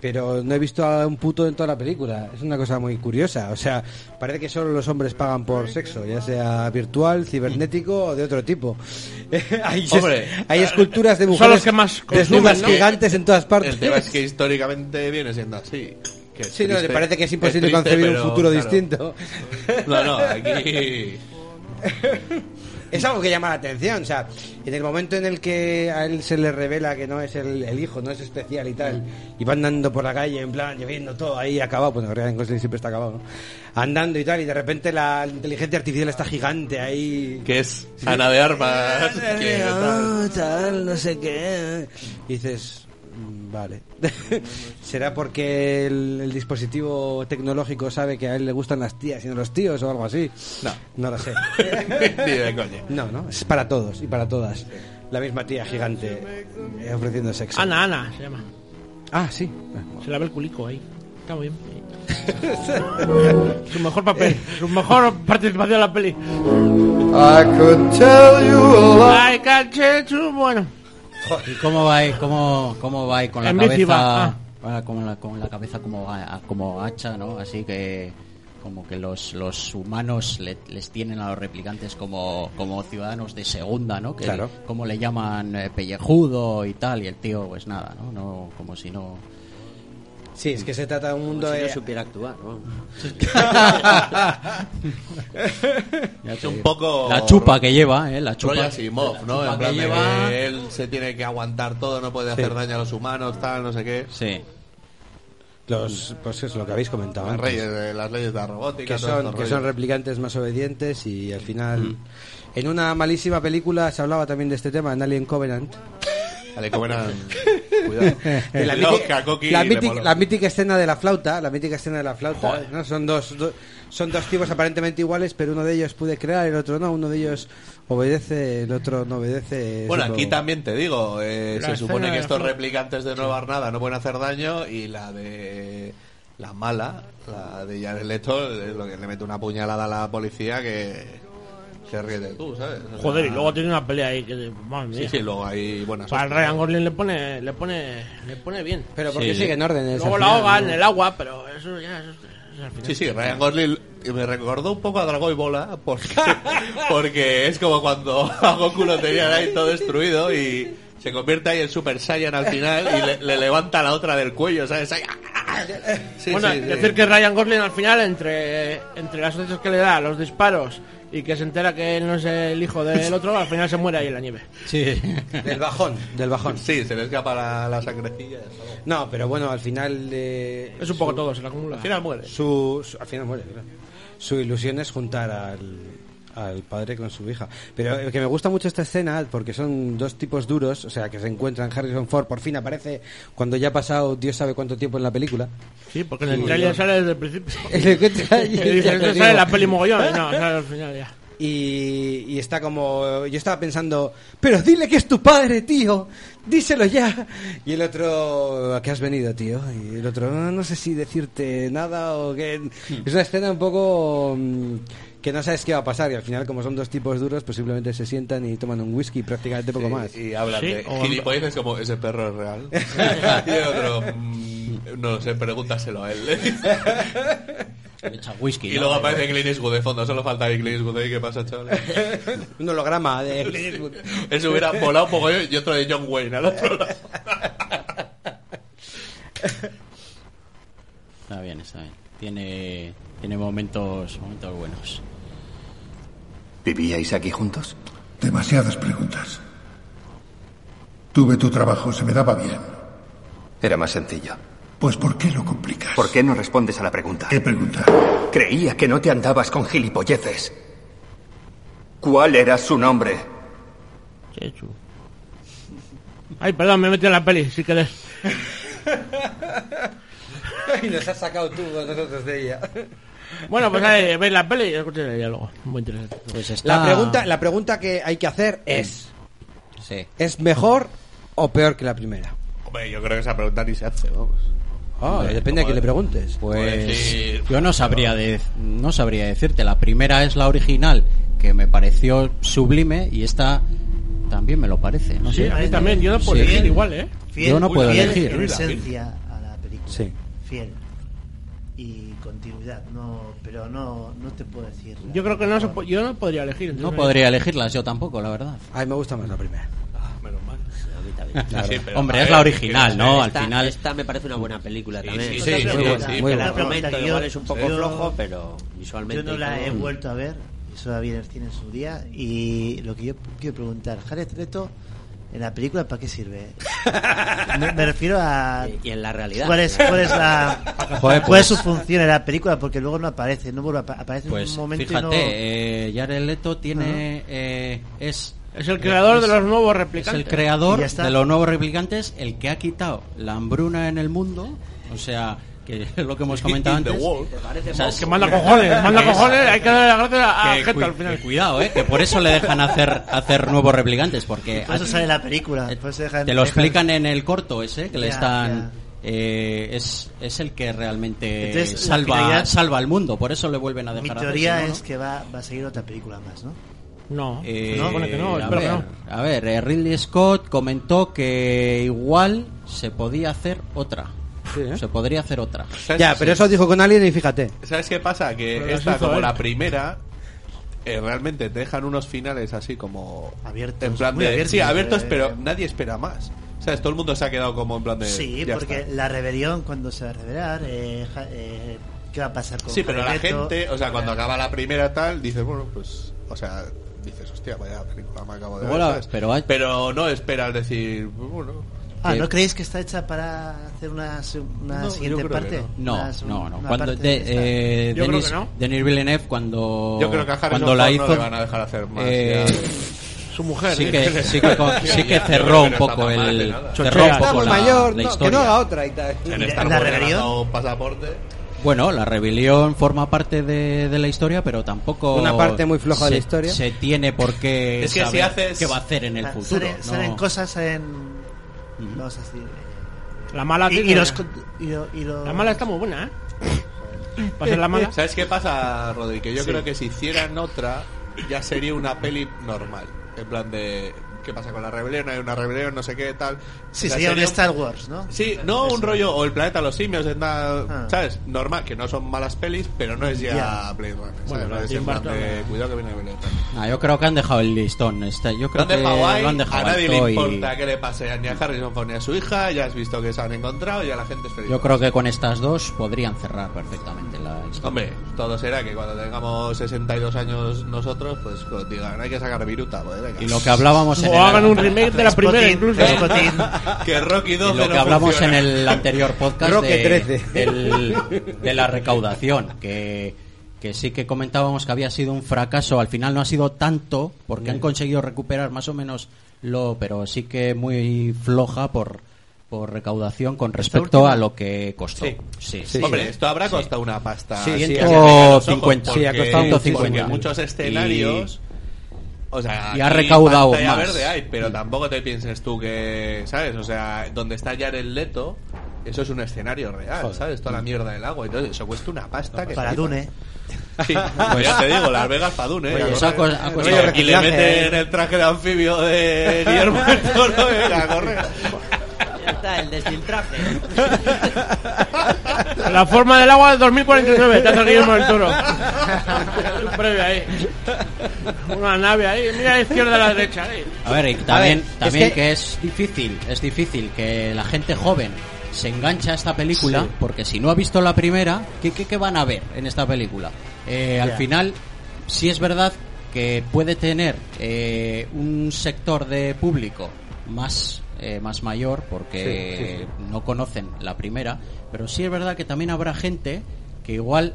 Speaker 10: pero no he visto a un puto en toda la película. Es una cosa muy curiosa. O sea, parece que solo los hombres pagan por sexo, ya sea virtual, cibernético o de otro tipo. hay, es-
Speaker 9: Hombre.
Speaker 10: hay esculturas de
Speaker 7: Son
Speaker 10: mujeres
Speaker 7: los que más consumen,
Speaker 10: desnudas
Speaker 7: ¿no?
Speaker 10: gigantes en todas partes.
Speaker 9: El tema es que históricamente viene siendo así. Que es
Speaker 10: Sí, no,
Speaker 9: triste.
Speaker 10: le parece que es imposible
Speaker 9: triste,
Speaker 10: concebir
Speaker 9: pero,
Speaker 10: un futuro
Speaker 9: claro.
Speaker 10: distinto.
Speaker 9: No, no, aquí.
Speaker 10: es algo que llama la atención. O sea, en el momento en el que a él se le revela que no es el, el hijo, no es especial y tal, y va andando por la calle, en plan, lloviendo todo, ahí acabado, bueno, en Ryan Gosling siempre está acabado, ¿no? Andando y tal, y de repente la inteligencia artificial está gigante ahí.
Speaker 9: Que es Ana de Armas.
Speaker 10: Ana de
Speaker 9: que
Speaker 10: Armas, tal, no sé qué. Y dices, mm, vale. ¿Será porque el, el dispositivo tecnológico sabe que a él le gustan las tías y no los tíos o algo así? No. No lo sé.
Speaker 9: Ni de coña.
Speaker 10: No, no, es para todos y para todas. La misma tía gigante eh, ofreciendo sexo.
Speaker 7: Ana, Ana, se llama.
Speaker 10: Ah, sí.
Speaker 7: Se la ve el culico ahí. Está muy bien. su mejor papel, su mejor participación en la peli.
Speaker 12: I could tell you a lot.
Speaker 7: Ay, cachechu, bueno.
Speaker 8: ¿Y cómo va ahí, cómo, cómo va ahí con la
Speaker 7: En bici va,
Speaker 8: cabeza?
Speaker 7: ah.
Speaker 8: ah, Con la, con la cabeza como, a- como hacha, ¿no? Así que como que los, los humanos le- les tienen a los replicantes como, como ciudadanos de segunda, ¿no? Que
Speaker 10: Claro.
Speaker 8: Como le llaman eh, pellejudo y tal, y el tío pues nada, ¿no? no como si no...
Speaker 10: Sí, es que se trata de un mundo
Speaker 6: Si no
Speaker 10: de...
Speaker 6: supiera actuar, ¿no?
Speaker 9: Es un poco.
Speaker 8: La chupa que lleva, ¿eh? La chupa,
Speaker 9: Rollo Asimov, ¿no?
Speaker 8: la chupa
Speaker 9: en plan
Speaker 8: que
Speaker 9: de
Speaker 8: lleva...
Speaker 9: que él se tiene que aguantar todo, no puede hacer
Speaker 10: Sí.
Speaker 9: daño a los humanos, tal, no sé qué.
Speaker 8: Sí.
Speaker 10: Los, pues es lo que habéis comentado
Speaker 9: Las,
Speaker 10: antes.
Speaker 9: reyes de- las leyes de la robótica,
Speaker 10: que
Speaker 9: todo
Speaker 10: son,
Speaker 9: estos
Speaker 10: que son
Speaker 9: rollos.
Speaker 10: replicantes más obedientes y al final... En una malísima película se hablaba también de este tema, en Alien Covenant.
Speaker 9: Dale, comen a- Cuidado.
Speaker 10: De la,
Speaker 9: Cuidado,
Speaker 10: mítica-
Speaker 9: que a Coqui
Speaker 10: Eh, la
Speaker 9: le
Speaker 10: mítica-
Speaker 9: moló.
Speaker 10: la mítica escena de la flauta, la mítica escena de la flauta, ¿no? son dos, do- son dos tipos aparentemente iguales, pero uno de ellos puede crear, el otro no, uno de ellos obedece, el otro no obedece. es
Speaker 9: Bueno,
Speaker 10: otro-
Speaker 9: aquí también te digo, eh,
Speaker 7: La
Speaker 9: se supone
Speaker 7: escena
Speaker 9: que
Speaker 7: de
Speaker 9: estos
Speaker 7: Flo-
Speaker 9: replicantes de Nueva Arnada no pueden hacer daño y la de la mala, la de Jared Leto, es lo que le mete una puñalada a la policía que se ríe de tú, ¿sabes? O sea,
Speaker 7: Joder, y luego tiene una pelea ahí que... Madre mía.
Speaker 9: Sí, sí, luego hay buenas
Speaker 7: Para el
Speaker 9: hostias.
Speaker 7: Ryan Gosling le pone, le pone, le pone bien.
Speaker 10: Pero
Speaker 8: Sí.
Speaker 10: porque siguen órdenes.
Speaker 7: Luego
Speaker 10: al
Speaker 7: la
Speaker 10: final,
Speaker 7: ahoga
Speaker 10: ¿no?
Speaker 7: en el agua, pero eso ya eso es- es al final.
Speaker 9: Sí, sí, Ryan Gosling me recordó un poco a Drago y Bola porque, porque es como cuando a Goku lo tenían ahí todo destruido y se convierte ahí en Super Saiyan al final y le, le levanta la otra del cuello, ¿sabes? Ahí, ¡ah! Sí,
Speaker 7: bueno,
Speaker 9: sí, sí.
Speaker 7: decir que Ryan Gosling al final, entre, entre las hostias que le da, los disparos y que se entera que él no es el hijo del otro, al final se muere ahí en la nieve.
Speaker 8: Sí.
Speaker 10: Del bajón, del bajón.
Speaker 9: Sí, se le escapa la, la sangrecilla.
Speaker 10: No, pero bueno, al final... eh,
Speaker 7: Es un poco todo, se la acumula.
Speaker 9: Al final muere.
Speaker 10: su, su- al final muere claro. su ilusión es juntar al, al padre con su hija pero eh, que me gusta mucho esta escena porque son dos tipos duros o sea que se encuentran Harrison Ford por fin aparece cuando ya ha pasado Dios sabe cuánto tiempo en la película
Speaker 7: Sí, porque en el trailer sale desde el principio.
Speaker 10: El encuentra-
Speaker 7: y dices,
Speaker 10: ya te
Speaker 7: "No sale
Speaker 10: digo".
Speaker 7: la peli mogollón. Y No, sale al final ya.
Speaker 10: y, y está como yo estaba pensando pero dile que es tu padre tío díselo ya y el otro a qué has venido tío y el otro "Ah, no sé si decirte nada o que
Speaker 7: Hmm.
Speaker 10: es una escena un poco mm, que no sabes qué va a pasar y al final como son dos tipos duros pues simplemente se sientan y toman un whisky prácticamente poco más
Speaker 9: Eh, Y, y hablan
Speaker 7: Sí,
Speaker 9: de
Speaker 7: o-
Speaker 9: gilipolleces como, ¿ese perro es real? y el otro, "Mm, no lo sé, pregúntaselo a él.
Speaker 8: Le echa whisky,
Speaker 9: y
Speaker 8: ¿no?
Speaker 9: luego aparece Clint Eastwood de fondo, solo falta ahí Clint Eastwood ahí, ¿qué pasa, chaval?
Speaker 10: un holograma de
Speaker 9: Eso hubiera volado un poco yo y otro de John Wayne al otro lado.
Speaker 8: Está bien, está bien. Tiene, tiene momentos, momentos buenos.
Speaker 1: ¿Vivíais aquí juntos?
Speaker 5: Demasiadas preguntas. Tuve tu trabajo, se me daba bien.
Speaker 1: Era más sencillo.
Speaker 5: Pues ¿por qué lo complicas?
Speaker 1: ¿Por qué no respondes a la pregunta?
Speaker 8: Eh,
Speaker 5: ¿Qué pregunta?
Speaker 1: Creía que no te andabas con gilipolleces. ¿Cuál era su nombre?
Speaker 7: Chechu. Ay, perdón, me he metido en la peli, si querés.
Speaker 10: y nos has sacado tú a nosotros de ella
Speaker 7: Bueno, pues ahí, veis la peli y escuchéis el diálogo. Muy interesante.
Speaker 8: Pues está...
Speaker 10: la pregunta la pregunta que hay que hacer es
Speaker 8: Sí.
Speaker 10: es mejor o peor que la primera
Speaker 9: Hombre, yo creo que esa pregunta ni se hace, vamos.
Speaker 10: Ah, depende a quién le preguntes
Speaker 9: Pues
Speaker 8: eh, Pues
Speaker 9: sí,
Speaker 8: yo no sabría de, no sabría decirte. La primera es la original, que me pareció sublime, y esta también me lo parece. No
Speaker 7: Sí,
Speaker 8: sé.
Speaker 7: a mí también, yo no puedo
Speaker 8: Sí.
Speaker 7: elegir igual, ¿eh?
Speaker 11: Fiel,
Speaker 8: Yo no puedo
Speaker 11: fiel
Speaker 8: elegir.
Speaker 11: en esencia a la película.
Speaker 10: Sí.
Speaker 11: Fiel. Y continuidad. No, pero no, no te puedo decir. la-
Speaker 7: Yo creo que no, se po- yo no podría elegir.
Speaker 8: No
Speaker 7: entonces-
Speaker 8: podría elegirlas yo tampoco, la verdad.
Speaker 10: a mí me gusta más la primera
Speaker 9: menos mal.
Speaker 10: Claro.
Speaker 9: pero,
Speaker 8: Hombre,
Speaker 9: a
Speaker 8: es
Speaker 9: ver,
Speaker 8: la
Speaker 9: que
Speaker 8: original,
Speaker 9: no sé.
Speaker 8: ¿no? Al
Speaker 9: Esta-
Speaker 8: final.
Speaker 6: Esta me parece una buena película
Speaker 9: Sí,
Speaker 6: también.
Speaker 9: sí,
Speaker 11: Otra
Speaker 9: sí,
Speaker 11: pregunta,
Speaker 9: sí,
Speaker 11: otra
Speaker 9: sí,
Speaker 10: muy
Speaker 6: Que
Speaker 9: pero-
Speaker 10: buena.
Speaker 6: la argumento
Speaker 11: Yo-
Speaker 6: igual es un poco
Speaker 11: yo-
Speaker 6: flojo, pero visualmente.
Speaker 11: Yo no
Speaker 6: y
Speaker 11: la he
Speaker 6: todo.
Speaker 11: vuelto a ver. Eso bien tiene su día. Y lo que yo quiero preguntar, Jared Leto, ¿en la película para qué sirve? Me, me refiero a...
Speaker 6: Y en la realidad.
Speaker 11: ¿Cuál es, cuál es la,
Speaker 8: Joder,
Speaker 11: cuál es
Speaker 8: pues.
Speaker 11: su función en la película? Porque luego no aparece, no vuelve a apa- aparece en
Speaker 8: Pues
Speaker 11: un momento y
Speaker 8: fíjate,
Speaker 11: no-
Speaker 8: eh, Jared Leto tiene eh, es
Speaker 7: Es el creador de los nuevos replicantes.
Speaker 8: Es el
Speaker 7: Y
Speaker 8: creador
Speaker 7: ya está.
Speaker 8: de los nuevos replicantes, el que ha quitado la hambruna en el mundo, o sea, que es lo que hemos comentado
Speaker 7: In the
Speaker 8: antes.
Speaker 7: world.
Speaker 8: O sea, es-
Speaker 7: Que manda cojones, manda cojones, hay que darle las gracias a
Speaker 8: que
Speaker 7: gente
Speaker 8: cui-
Speaker 7: al final.
Speaker 8: que cuidado, eh, que por eso le dejan hacer hacer nuevos replicantes porque
Speaker 11: Por eso
Speaker 8: a-
Speaker 11: sale la película. por eso dejan-
Speaker 8: te lo
Speaker 11: dejan-
Speaker 8: explican en el corto ese que le
Speaker 11: Ya,
Speaker 8: están eh, es, es el que realmente
Speaker 11: Entonces, la
Speaker 8: salva
Speaker 11: finalidad-
Speaker 8: salva al mundo, por eso le vuelven a
Speaker 11: Mi
Speaker 8: dejar hacer
Speaker 11: teoría
Speaker 8: eso, ¿no?
Speaker 11: es que va, va a seguir otra película más, ¿no?
Speaker 7: No,
Speaker 8: Eh,
Speaker 7: se supone que no,
Speaker 8: a
Speaker 7: espero que
Speaker 8: ver,
Speaker 7: no.
Speaker 8: a ver, eh, Ridley Scott comentó que igual se podía hacer otra.
Speaker 10: ¿eh?
Speaker 8: Se podría hacer otra.
Speaker 10: Ya, pero eso dijo con alguien y fíjate.
Speaker 9: ¿Sabes qué pasa? Que
Speaker 10: Pero lo
Speaker 9: esta,
Speaker 10: hizo
Speaker 9: como
Speaker 10: él.
Speaker 9: la primera, eh, realmente te dejan unos finales así como.
Speaker 11: Abiertos.
Speaker 9: En plan
Speaker 11: muy
Speaker 9: de.
Speaker 11: abiertos,
Speaker 9: sí, abiertos,
Speaker 11: eh,
Speaker 9: pero nadie espera más. ¿Sabes? Todo el mundo se ha quedado como en plan de.
Speaker 11: Sí,
Speaker 9: ya
Speaker 11: porque
Speaker 9: está.
Speaker 11: la rebelión, cuando se va a revelar, eh, ja- eh, ¿qué va a pasar con
Speaker 9: Sí, pero la
Speaker 11: Jared Leto?
Speaker 9: gente, o sea, cuando acaba la primera tal, dices, bueno, pues. O sea, dices, hostia, vaya película me acabo de
Speaker 8: Luego la-
Speaker 9: ver. ¿sabes?
Speaker 8: pero hay-
Speaker 9: pero no esperas decir, bueno.
Speaker 11: Ah,
Speaker 9: que-
Speaker 11: ¿no creéis que está hecha para hacer una, se- una
Speaker 9: No, yo
Speaker 11: siguiente
Speaker 9: creo que
Speaker 11: parte?
Speaker 8: No,
Speaker 11: Una se-
Speaker 8: no, no.
Speaker 11: una
Speaker 8: Cuando
Speaker 11: parte
Speaker 8: de-
Speaker 11: esta.
Speaker 8: eh,
Speaker 11: Yo creo
Speaker 8: Denis,
Speaker 11: que no.
Speaker 8: Denis Villeneuve cuando
Speaker 9: Yo creo que a Harrison
Speaker 8: cuando la
Speaker 9: Ford no
Speaker 8: hizo
Speaker 9: le van a dejar hacer más,
Speaker 8: eh,
Speaker 9: ya. Su mujer,
Speaker 8: sí
Speaker 9: ¿eh?
Speaker 8: que sí que, co- sí que
Speaker 9: Ya,
Speaker 8: cerró un
Speaker 9: pero está
Speaker 8: poco
Speaker 9: tan mal de
Speaker 8: el
Speaker 9: nada.
Speaker 8: cerró un poco
Speaker 10: Estamos
Speaker 8: la, la
Speaker 10: mayor, no, que
Speaker 8: historia.
Speaker 10: no haga otra y tal.
Speaker 9: En
Speaker 10: Y-
Speaker 9: Star Wars
Speaker 10: la
Speaker 9: le han
Speaker 10: rebelión.
Speaker 9: dado pasaporte.
Speaker 8: Bueno, la rebelión forma parte de, de la historia, pero tampoco
Speaker 10: Una parte muy floja de la
Speaker 8: se-
Speaker 10: historia.
Speaker 8: Se tiene por qué
Speaker 10: Es que si
Speaker 8: saber
Speaker 10: haces-
Speaker 8: qué va a hacer en el
Speaker 11: Ah,
Speaker 8: futuro.
Speaker 11: salen-
Speaker 8: ¿no?
Speaker 11: Salen cosas en. Vamos a decir.
Speaker 7: La mala
Speaker 11: y,
Speaker 7: tiene- eh.
Speaker 11: y los, co- y, lo- y lo-
Speaker 7: La mala está muy buena, ¿eh? Para ser la mala.
Speaker 9: ¿Sabes qué pasa, Rodri? Que yo
Speaker 7: Sí.
Speaker 9: creo que si hicieran otra, ya sería una peli normal. En plan de. ¿Qué pasa con la rebelión? Hay una rebelión, no sé qué, tal.
Speaker 11: Sí,
Speaker 9: O sea,
Speaker 11: sería un Star Wars, ¿no?
Speaker 9: Sí, no un rollo. O el planeta de los simios, es
Speaker 8: Ah.
Speaker 9: nada, ¿sabes? Normal, que no son malas pelis, pero no es ya
Speaker 11: Ya.
Speaker 9: Blade Runner. ¿sabes?
Speaker 11: Bueno,
Speaker 9: No
Speaker 11: la
Speaker 9: es
Speaker 11: de
Speaker 9: en plan
Speaker 11: Tim Burton,
Speaker 9: de,
Speaker 11: la-
Speaker 9: Cuidado que viene Blade Runner.
Speaker 8: Ah, yo creo que han dejado el listón. Está, yo creo
Speaker 9: Dónde
Speaker 8: que
Speaker 9: Hawái,
Speaker 8: lo han dejado
Speaker 9: a nadie
Speaker 8: alto
Speaker 9: le
Speaker 8: y-
Speaker 9: importa que le pase ni a Harrison Ford ni a su hija, ya has visto que se han encontrado, ya la gente es feliz.
Speaker 8: Yo creo que con estas dos podrían cerrar perfectamente la historia.
Speaker 9: Hombre, todo será que cuando tengamos 62 años nosotros, pues pues, digan, hay que sacar viruta, pues, venga.
Speaker 8: Y lo que hablábamos en O el- hagan un remake de la primera, incluso.
Speaker 9: que Rocky 12
Speaker 8: Y lo que
Speaker 9: no
Speaker 8: hablamos en
Speaker 9: funciona.
Speaker 8: el anterior podcast
Speaker 9: Roque
Speaker 8: de,
Speaker 9: 13.
Speaker 8: del- de la recaudación, que, que sí que comentábamos que había sido un fracaso. Al final no ha sido tanto, porque han conseguido recuperar más o menos lo, pero sí que muy floja por, por recaudación con respecto
Speaker 9: última?
Speaker 8: a lo que costó. Sí, sí,
Speaker 9: Hombre, esto habrá costado una pasta.
Speaker 8: Sí,
Speaker 9: así,
Speaker 8: 150.
Speaker 9: así que
Speaker 8: Sí, ha
Speaker 9: porque-
Speaker 8: costado
Speaker 9: porque
Speaker 8: 150.
Speaker 9: muchos escenarios. O sea,
Speaker 8: Y ha
Speaker 9: aquí
Speaker 8: recaudado
Speaker 9: pantalla
Speaker 8: más.
Speaker 9: verde hay, pero tampoco te pienses tú que, ¿sabes? O sea, donde está Jared Leto, eso es un escenario real,
Speaker 11: Joder.
Speaker 9: ¿sabes? Toda la mierda del agua. Entonces, eso cuesta una pasta que
Speaker 11: Para
Speaker 9: flipas.
Speaker 11: Dune.
Speaker 9: Sí, pues ya te digo, Las Vegas para Dune. ¿eh?
Speaker 8: Oye, Pues eso ha co- ha
Speaker 9: Oye,
Speaker 8: costado
Speaker 9: y le
Speaker 8: reciclaje, ¿eh?
Speaker 9: meten el traje de anfibio de Guillermo del Toro, venga, corre.
Speaker 13: está el desfiltraje.
Speaker 7: La forma del agua de 2049, te ha salido el toro. Un breve ahí. Una nave ahí, mira a la izquierda a la derecha. ahí.
Speaker 8: A ver, y
Speaker 7: A ver,
Speaker 8: también,
Speaker 7: es
Speaker 8: también
Speaker 7: que-
Speaker 8: que... es difícil, es difícil que la gente joven se engancha a esta película,
Speaker 3: Sí.
Speaker 8: porque si no ha visto la primera, ¿qué, qué, qué van a ver en esta película? Eh, Al
Speaker 3: Ya.
Speaker 8: final, sí es verdad que puede tener eh, un sector de público más, eh, más mayor, porque
Speaker 3: Sí, sí, sí.
Speaker 8: no conocen la primera, pero sí es verdad que también habrá gente que igual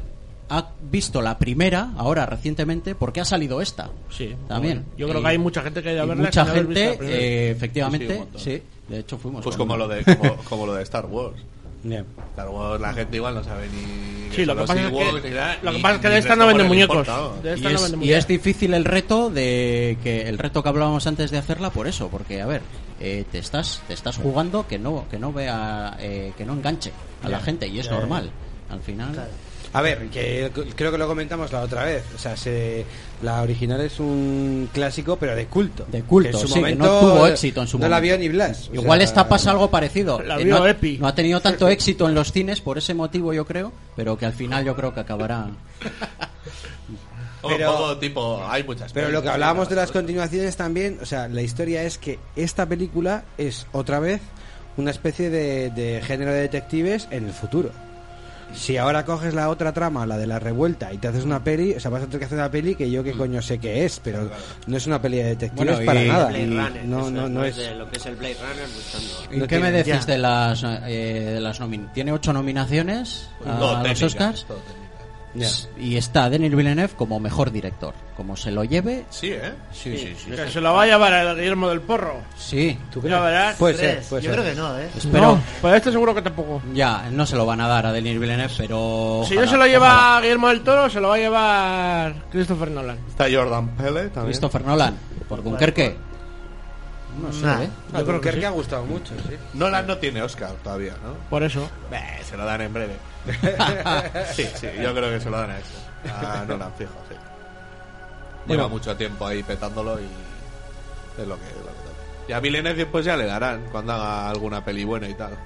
Speaker 8: ha visto la primera ahora recientemente porque ha salido esta
Speaker 7: Sí,
Speaker 8: también
Speaker 7: Yo creo que hay mucha gente que ha ido a
Speaker 8: y
Speaker 7: verla
Speaker 8: mucha
Speaker 7: sin haber visto la
Speaker 8: gente
Speaker 7: primera.
Speaker 8: eh,
Speaker 9: Sí, un
Speaker 8: efectivamente
Speaker 9: montón.
Speaker 8: sí, de hecho fuimos
Speaker 9: Pues
Speaker 8: con-
Speaker 9: como lo, de, como, como lo de Star Wars. Star Wars, la gente igual no sabe ni.
Speaker 7: Sí, lo que
Speaker 9: son los
Speaker 7: pasa es que-
Speaker 9: Ewoks ni nada,
Speaker 7: lo que
Speaker 9: ni-
Speaker 7: pasa es que de
Speaker 9: ni
Speaker 7: esta no
Speaker 9: cómo
Speaker 7: venden
Speaker 9: les
Speaker 7: muñecos.
Speaker 9: importa.
Speaker 7: De
Speaker 8: y
Speaker 7: esta no
Speaker 8: es,
Speaker 7: vende
Speaker 8: y
Speaker 7: mucho.
Speaker 8: es difícil el reto de que el reto que hablábamos antes de hacerla por eso porque a ver eh, te estás te estás jugando que no que no vea eh, que no enganche a la
Speaker 10: Ya,
Speaker 8: gente y es
Speaker 10: ya, ya.
Speaker 8: normal al final
Speaker 10: A ver, que creo que lo comentamos la otra vez. O sea, se- la original es un clásico, pero de culto. De
Speaker 8: culto, sí, que no tuvo éxito en su
Speaker 10: No la
Speaker 8: momento.
Speaker 10: vio ni Blas. o
Speaker 8: Igual
Speaker 10: sea,
Speaker 8: esta pasa algo parecido.
Speaker 10: La
Speaker 8: Eh,
Speaker 10: vio
Speaker 8: no, ha-
Speaker 10: Epi.
Speaker 8: no ha tenido tanto éxito en los cines por ese motivo, yo creo, pero que al final yo creo que acabará.
Speaker 9: Un poco tipo, hay muchas
Speaker 10: Pero
Speaker 9: pelis,
Speaker 10: lo que
Speaker 9: sí,
Speaker 10: hablábamos de
Speaker 9: nada,
Speaker 10: las continuaciones también, o sea, la historia es que esta película es otra vez una especie de, de género de detectives en el futuro. Si ahora coges la otra trama, la de la revuelta, y te haces una peli, o sea, vas a tener que hacer una peli que yo que coño sé que es, pero no es una peli de detectives
Speaker 8: Bueno, y-
Speaker 10: para nada.
Speaker 8: Blade
Speaker 10: Y
Speaker 8: Runner, eso
Speaker 10: no, no,
Speaker 8: es,
Speaker 10: no
Speaker 8: no
Speaker 10: es.
Speaker 6: Es de lo que es el Blade Runner buscando.
Speaker 8: ¿Y
Speaker 10: No
Speaker 8: qué me
Speaker 10: tiene-
Speaker 8: decís
Speaker 10: ya.
Speaker 8: de las, eh, de las nominaciones? Tiene ocho nominaciones a
Speaker 9: Todo
Speaker 8: los
Speaker 9: técnica,
Speaker 8: Oscars. Pues,
Speaker 9: todo técnica.
Speaker 10: Ya.
Speaker 8: Y está Denis Villeneuve como mejor director. Como se lo lleve.
Speaker 9: Sí, ¿eh?
Speaker 8: Sí, sí, sí.
Speaker 7: Que se lo va a llevar el Guillermo del Porro.
Speaker 8: Sí. ¿Tú
Speaker 7: Ya verás.
Speaker 8: Puede ser, puede
Speaker 7: Yo
Speaker 8: ser.
Speaker 7: creo que no, ¿eh?
Speaker 8: Espero-
Speaker 7: No, pues este seguro que tampoco.
Speaker 8: Ya, no se lo van a dar a Denis Villeneuve, pero.
Speaker 7: si no
Speaker 8: ojalá,
Speaker 7: se lo lleva
Speaker 8: ojalá.
Speaker 7: Guillermo del Toro, se lo va a llevar Christopher Nolan.
Speaker 9: Está Jordan Pele también.
Speaker 8: Christopher Nolan, por Dunkerque. No sé,
Speaker 9: Nah,
Speaker 8: ¿eh?
Speaker 9: yo creo que sí.
Speaker 10: ha gustado mucho, sí.
Speaker 9: Nolan no tiene Oscar todavía, ¿no?
Speaker 7: Por eso.
Speaker 9: Beh, Eh, se lo dan en breve. sí, sí, yo creo que se lo dan a Ah, eso. A Nolan, fijo, sí. Lleva
Speaker 10: Bueno.
Speaker 9: mucho tiempo ahí petándolo y es lo que, es lo que toca. Y a Villeneuve pues ya le darán cuando haga alguna peli buena y tal.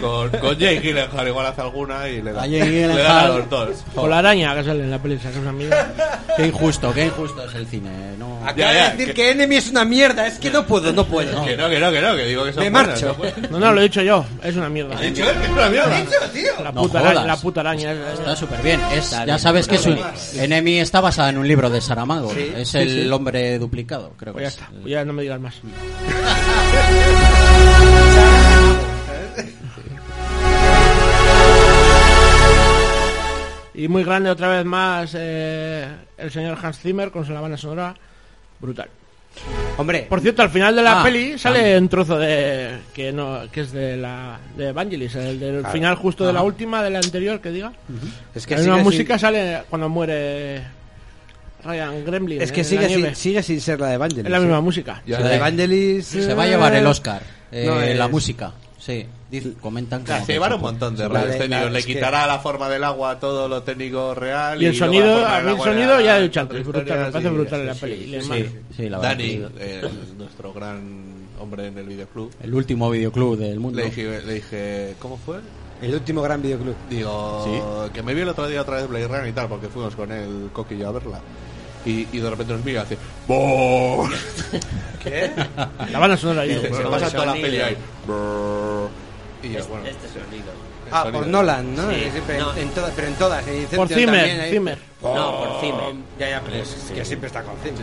Speaker 9: con, con Jake Gyllenhaal igual hace alguna y le dan, le dan a los dos.
Speaker 7: O la araña que sale en la peli, esa que es una mierda.
Speaker 8: Qué injusto, qué injusto es el cine. No.
Speaker 9: Acaba de decir
Speaker 10: que Enemy es una mierda, es que no puedo, no puedo.
Speaker 9: Que no, que no, que no, que digo que son
Speaker 10: Me
Speaker 9: buenas,
Speaker 10: marcho.
Speaker 9: son buenas.
Speaker 7: No, no, lo he dicho yo. Es una mierda.
Speaker 9: ¿Ha dicho él que es una mierda? ¿Ha dicho, tío?
Speaker 7: La
Speaker 8: No
Speaker 7: puta,
Speaker 8: jodas.
Speaker 7: araña, la puta araña. Está
Speaker 8: súper bien. Es, ya sabes que su Enemy está basada en un libro de Saramago.
Speaker 7: Sí,
Speaker 8: es
Speaker 7: sí,
Speaker 8: el
Speaker 7: sí.
Speaker 8: hombre duplicado, creo
Speaker 7: Pues ya
Speaker 8: que
Speaker 7: está. Pues ya no me digas más. Y muy grande otra vez más eh, el señor Hans Zimmer con su la banda sonora. Brutal.
Speaker 10: Hombre.
Speaker 7: Por cierto, al final de la
Speaker 10: Ah,
Speaker 7: peli sale
Speaker 10: también.
Speaker 7: un trozo de que no que es de la de Evangelis, el del
Speaker 10: Claro.
Speaker 7: final justo de la
Speaker 10: Ah.
Speaker 7: última de la anterior que diga.
Speaker 10: Es que
Speaker 7: Hay una
Speaker 10: sigue
Speaker 7: música sale cuando muere Ryan Gremlin.
Speaker 10: Es que
Speaker 7: en la
Speaker 10: sigue sin,
Speaker 7: nieve.
Speaker 10: sigue sin ser la de Evangelis.
Speaker 7: Es la misma
Speaker 10: ¿eh?
Speaker 7: música.
Speaker 10: La de Evangelis.
Speaker 8: Se
Speaker 10: eh,
Speaker 8: va a llevar el Oscar. eh,
Speaker 10: no es-
Speaker 8: La música. Sí. Diz- comentan como
Speaker 9: Ah, se
Speaker 8: que
Speaker 9: llevaron
Speaker 8: se
Speaker 9: un
Speaker 8: puede.
Speaker 9: montón de
Speaker 8: Sí,
Speaker 9: rollos
Speaker 8: vale,
Speaker 9: técnicos.
Speaker 8: claro,
Speaker 9: Le
Speaker 8: es que-
Speaker 9: quitará la forma del agua a todo lo técnico real.
Speaker 7: Y el
Speaker 9: luego
Speaker 7: sonido,
Speaker 9: la forma
Speaker 7: a
Speaker 9: del
Speaker 7: mí el
Speaker 9: agua era-
Speaker 7: sonido ya he dicho antes,
Speaker 9: la
Speaker 7: brutal,
Speaker 9: historia
Speaker 7: me parece
Speaker 9: así,
Speaker 7: brutal la
Speaker 9: sí,
Speaker 7: peli,
Speaker 9: sí,
Speaker 7: le
Speaker 9: sí,
Speaker 7: mando.
Speaker 9: sí.
Speaker 8: Sí, la verdad
Speaker 9: Dani,
Speaker 8: que-
Speaker 9: eh, nuestro gran hombre en el videoclub.
Speaker 8: El último videoclub del mundo.
Speaker 9: Le dije, le dije, ¿cómo fue?
Speaker 10: El último gran videoclub.
Speaker 9: Digo, que me vi el otro día otra vez Blade Runner y tal, porque fuimos con el coquillo a verla. Y, y de repente nos mira y hace "Boo".
Speaker 6: ¿Qué?
Speaker 7: La banda sonora ahí.
Speaker 9: Y se, se
Speaker 7: Bueno,
Speaker 9: pasa
Speaker 7: el
Speaker 9: toda la
Speaker 7: sonido.
Speaker 9: peli ahí. "Brrr". Y yo, bueno,
Speaker 6: Este sonido.
Speaker 10: Ah,
Speaker 7: pues
Speaker 9: sonido.
Speaker 10: por Nolan, ¿no?
Speaker 9: Sí,
Speaker 10: Es decir,
Speaker 9: no.
Speaker 10: En, en todas, pero en todas. en Inception
Speaker 7: Por Zimmer,
Speaker 10: también hay-
Speaker 7: Zimmer.
Speaker 10: Oh,
Speaker 6: No, por Zimmer.
Speaker 10: Ya, ya, pero es
Speaker 6: Sí,
Speaker 10: que
Speaker 6: sí.
Speaker 10: siempre está con Zimmer.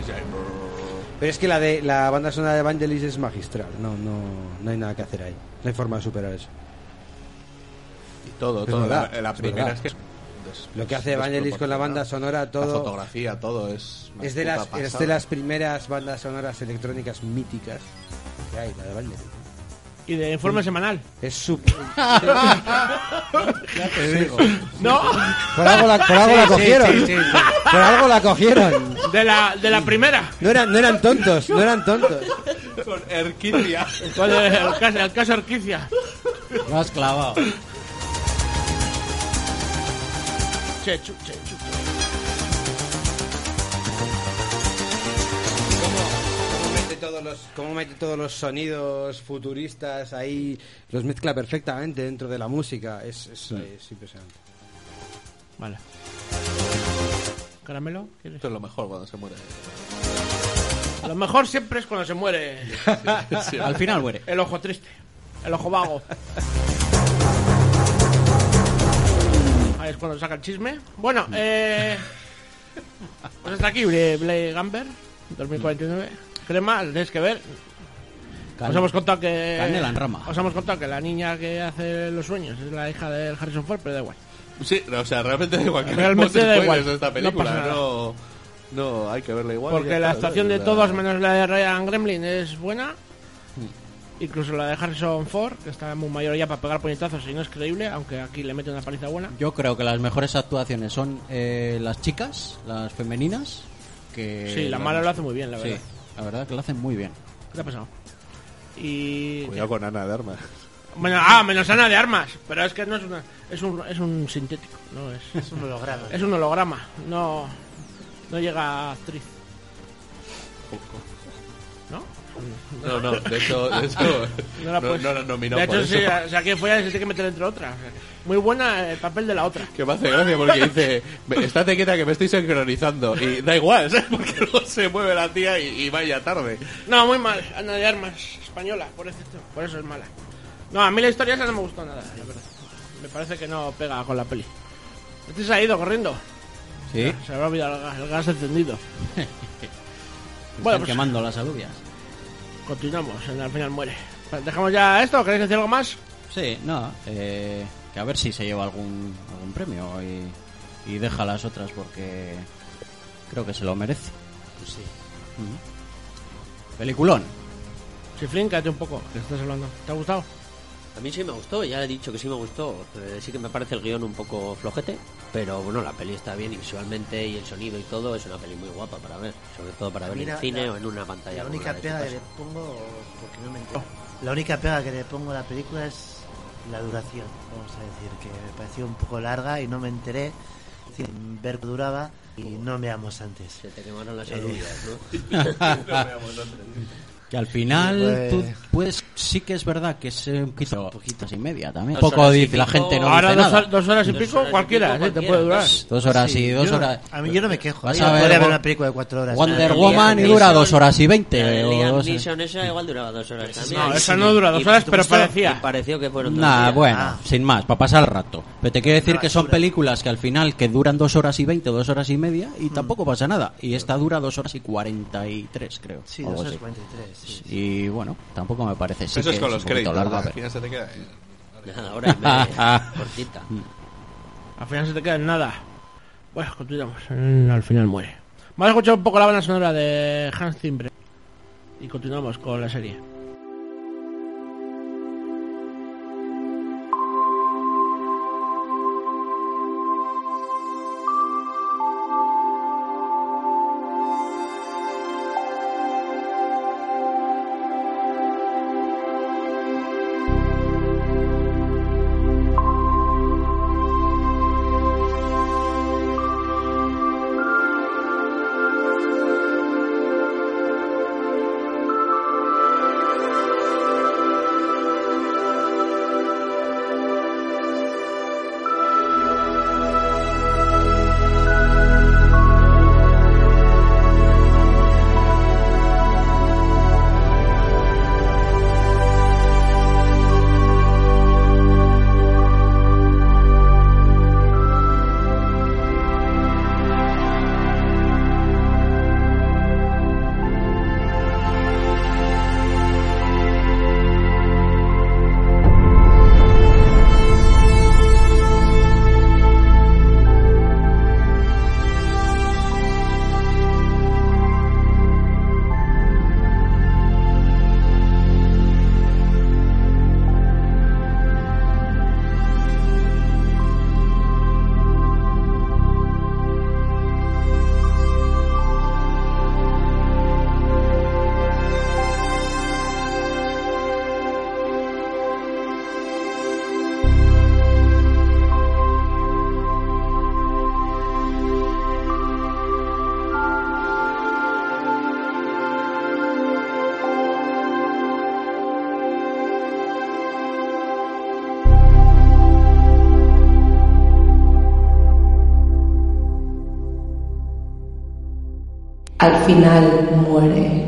Speaker 10: Pero es que la de la banda sonora de Evangelis es magistral. No, no, no hay nada que hacer ahí. No hay forma de superar eso.
Speaker 9: Y todo,
Speaker 10: Es
Speaker 9: todo.
Speaker 10: verdad,
Speaker 9: la, la
Speaker 10: es
Speaker 9: primera
Speaker 10: verdad.
Speaker 9: es que.
Speaker 10: Lo que hace Evangelis con la banda sonora,
Speaker 9: La
Speaker 10: todo.
Speaker 9: fotografía, todo es. una
Speaker 10: Es de,
Speaker 9: puta
Speaker 10: las, es
Speaker 9: pasada.
Speaker 10: de las primeras bandas sonoras electrónicas míticas que hay, la de Evangelis.
Speaker 7: Y de informe semanal.
Speaker 10: Es súper.
Speaker 7: ya
Speaker 10: te digo.
Speaker 7: No.
Speaker 10: Por algo la, por algo la cogieron. Por algo la cogieron.
Speaker 7: De la, de la primera.
Speaker 10: No eran, no eran tontos, no eran tontos.
Speaker 9: Con Erquicia.
Speaker 7: Con el, el caso, el caso Arquicia.
Speaker 8: Lo has clavado.
Speaker 7: Che, chu, che, chu, che.
Speaker 10: Cómo mete todos los, cómo mete todos los sonidos futuristas ahí, los mezcla perfectamente dentro de la música. Es, es, es impresionante.
Speaker 7: Vale. Caramelo. ¿Quieres?
Speaker 9: Esto es lo mejor cuando se muere.
Speaker 7: A lo mejor siempre es cuando se muere.
Speaker 9: sí.
Speaker 8: Al final muere.
Speaker 7: El ojo triste. El ojo vago. Ahí es cuando saca el chisme. Bueno, eh. Pues hasta aquí, Blade Blade Gamber 2049. Crema, lo tenéis que ver.
Speaker 8: Can-
Speaker 7: os hemos contado que.
Speaker 8: Canela en rama.
Speaker 7: Os hemos contado que la niña que hace los sueños es la hija de Harrison Ford, pero da igual.
Speaker 9: Sí, no, o sea, realmente da igual. Que
Speaker 7: Realmente
Speaker 9: veamos
Speaker 7: da igual,
Speaker 9: spoilers de esta
Speaker 7: no
Speaker 9: película.
Speaker 7: pasa nada.
Speaker 9: No, no, hay que verla igual. y
Speaker 7: Porque
Speaker 9: ya
Speaker 7: la
Speaker 9: está,
Speaker 7: actuación de
Speaker 9: ¿no?
Speaker 7: todos menos la de Ryan Gremlin es buena. Incluso la de Harrison Ford, que está muy mayor ya para pegar puñetazos y no es creíble, aunque aquí le mete una paliza buena.
Speaker 8: Yo creo que las mejores actuaciones son eh, las chicas, las femeninas.
Speaker 9: Eh,
Speaker 8: Que
Speaker 7: Sí, la mala lo hace muy bien, la verdad.
Speaker 8: Sí, la verdad que lo hacen muy bien.
Speaker 7: ¿Qué te ha pasado? Y...
Speaker 9: Cuidado con Ana de Armas.
Speaker 7: Bueno, ah, menos Ana de Armas, pero es que no es una... Es un, es un sintético, no es... Es un holograma. Es un holograma, no... No llega actriz. ¿No?
Speaker 9: No, no, de hecho, de hecho,
Speaker 7: no la
Speaker 9: no-
Speaker 7: puedes-
Speaker 9: no la nominó
Speaker 7: De
Speaker 9: por
Speaker 7: hecho,
Speaker 9: eso.
Speaker 7: sí, eh. o sea, que fue se tiene que meter entre otra. O sea, muy buena el papel de la otra.
Speaker 9: Que me hace gracia porque dice: "Me- Estate quieta que me estoy sincronizando. Y da igual, ¿sabes? Porque luego se mueve la tía y, y vaya tarde.
Speaker 7: No, muy mal. Ana de Armas, española, por eso, por eso es mala. No, a mí la historia esa no me gustó nada, la verdad. Me parece que no pega con la peli. Este se ha ido corriendo.
Speaker 8: Sí.
Speaker 7: Se habrá olvidado el gas, el gas encendido.
Speaker 8: Están
Speaker 7: pues-
Speaker 8: quemando las alubias.
Speaker 7: Continuamos, en- al final muere. ¿Dejamos ya esto? ¿Queréis decir algo más?
Speaker 8: Sí, no, eh, que a ver si se lleva algún, algún premio y, y deja las otras porque creo que se lo merece.
Speaker 11: Pues
Speaker 7: sí.
Speaker 8: Peliculón.
Speaker 7: Chiflín, cállate un poco, que estás hablando. ¿Te ha gustado?
Speaker 6: A mí sí me gustó, ya he dicho que sí me gustó. Eh, sí que me parece el guión un poco flojete, pero bueno, la peli está bien y visualmente y el sonido y todo es una peli muy guapa para ver, sobre todo para ver en
Speaker 11: Mira,
Speaker 6: cine
Speaker 11: la-
Speaker 6: o en una pantalla.
Speaker 11: La
Speaker 6: como
Speaker 11: única
Speaker 6: la de tu
Speaker 11: pega que
Speaker 6: casa. Oh.
Speaker 11: le pongo, porque no me entero. La única pega que le pongo a la película es la duración, vamos a decir, que me pareció un poco larga y no me enteré sin ver que duraba y no meamos antes. Se
Speaker 6: te quemaron las
Speaker 11: Eh.
Speaker 6: alubias,
Speaker 8: Que al final
Speaker 11: Pues-
Speaker 8: tú puedes, sí que es verdad que es eh, un poquito, poquitas y media también.
Speaker 7: Dos
Speaker 8: Poco
Speaker 7: horas y
Speaker 8: dice la
Speaker 7: pico.
Speaker 8: gente no
Speaker 7: Ahora
Speaker 8: dice
Speaker 7: dos
Speaker 8: nada.
Speaker 7: hor- dos horas y Dos pico, horas y cualquiera, pico, sí, te cualquiera. puede durar.
Speaker 8: Dos horas
Speaker 11: Sí,
Speaker 8: y dos
Speaker 11: yo no-
Speaker 8: horas.
Speaker 11: a mí yo no me quejo,
Speaker 8: Vas
Speaker 11: yo
Speaker 8: a ver,
Speaker 11: podría ver
Speaker 8: Wo-
Speaker 11: una película de cuatro horas.
Speaker 8: Wonder
Speaker 11: Liam
Speaker 8: Woman y dura
Speaker 11: Neeson-
Speaker 8: dos horas y
Speaker 6: La de
Speaker 8: veinte. o
Speaker 6: Liam
Speaker 8: dos-
Speaker 6: Neeson, esa igual duraba dos horas también.
Speaker 7: No, esa no dura dos
Speaker 6: Y-
Speaker 7: horas, pero
Speaker 6: justo-
Speaker 7: parecía.
Speaker 6: y pareció que fueron dos
Speaker 8: Nah,
Speaker 6: horas.
Speaker 8: bueno,
Speaker 6: Ah,
Speaker 8: sin más, para pasar el rato. Pero te quiero decir
Speaker 6: Una
Speaker 8: que son
Speaker 6: basura.
Speaker 8: películas que al final que duran dos horas y veinte, dos horas y media
Speaker 11: Mm.
Speaker 8: y tampoco pasa nada. Y esta dura dos horas y cuarenta y tres, creo.
Speaker 11: Sí,
Speaker 8: algo
Speaker 11: dos horas
Speaker 8: así.
Speaker 11: y 43. sí.
Speaker 8: Y bueno, tampoco me parece. Sí
Speaker 9: Eso es
Speaker 8: que
Speaker 9: con los
Speaker 8: un poquito
Speaker 9: créditos.
Speaker 8: larga,
Speaker 9: al
Speaker 8: pero-
Speaker 9: final se te queda. eh,
Speaker 6: Nada, hora y media, cortita.
Speaker 7: Al final se te queda en nada. Bueno, continuamos. Mm, Al final muere. Vamos a escuchar un poco la banda sonora de Hans Zimmer. Y continuamos con la serie.
Speaker 14: Al final muere.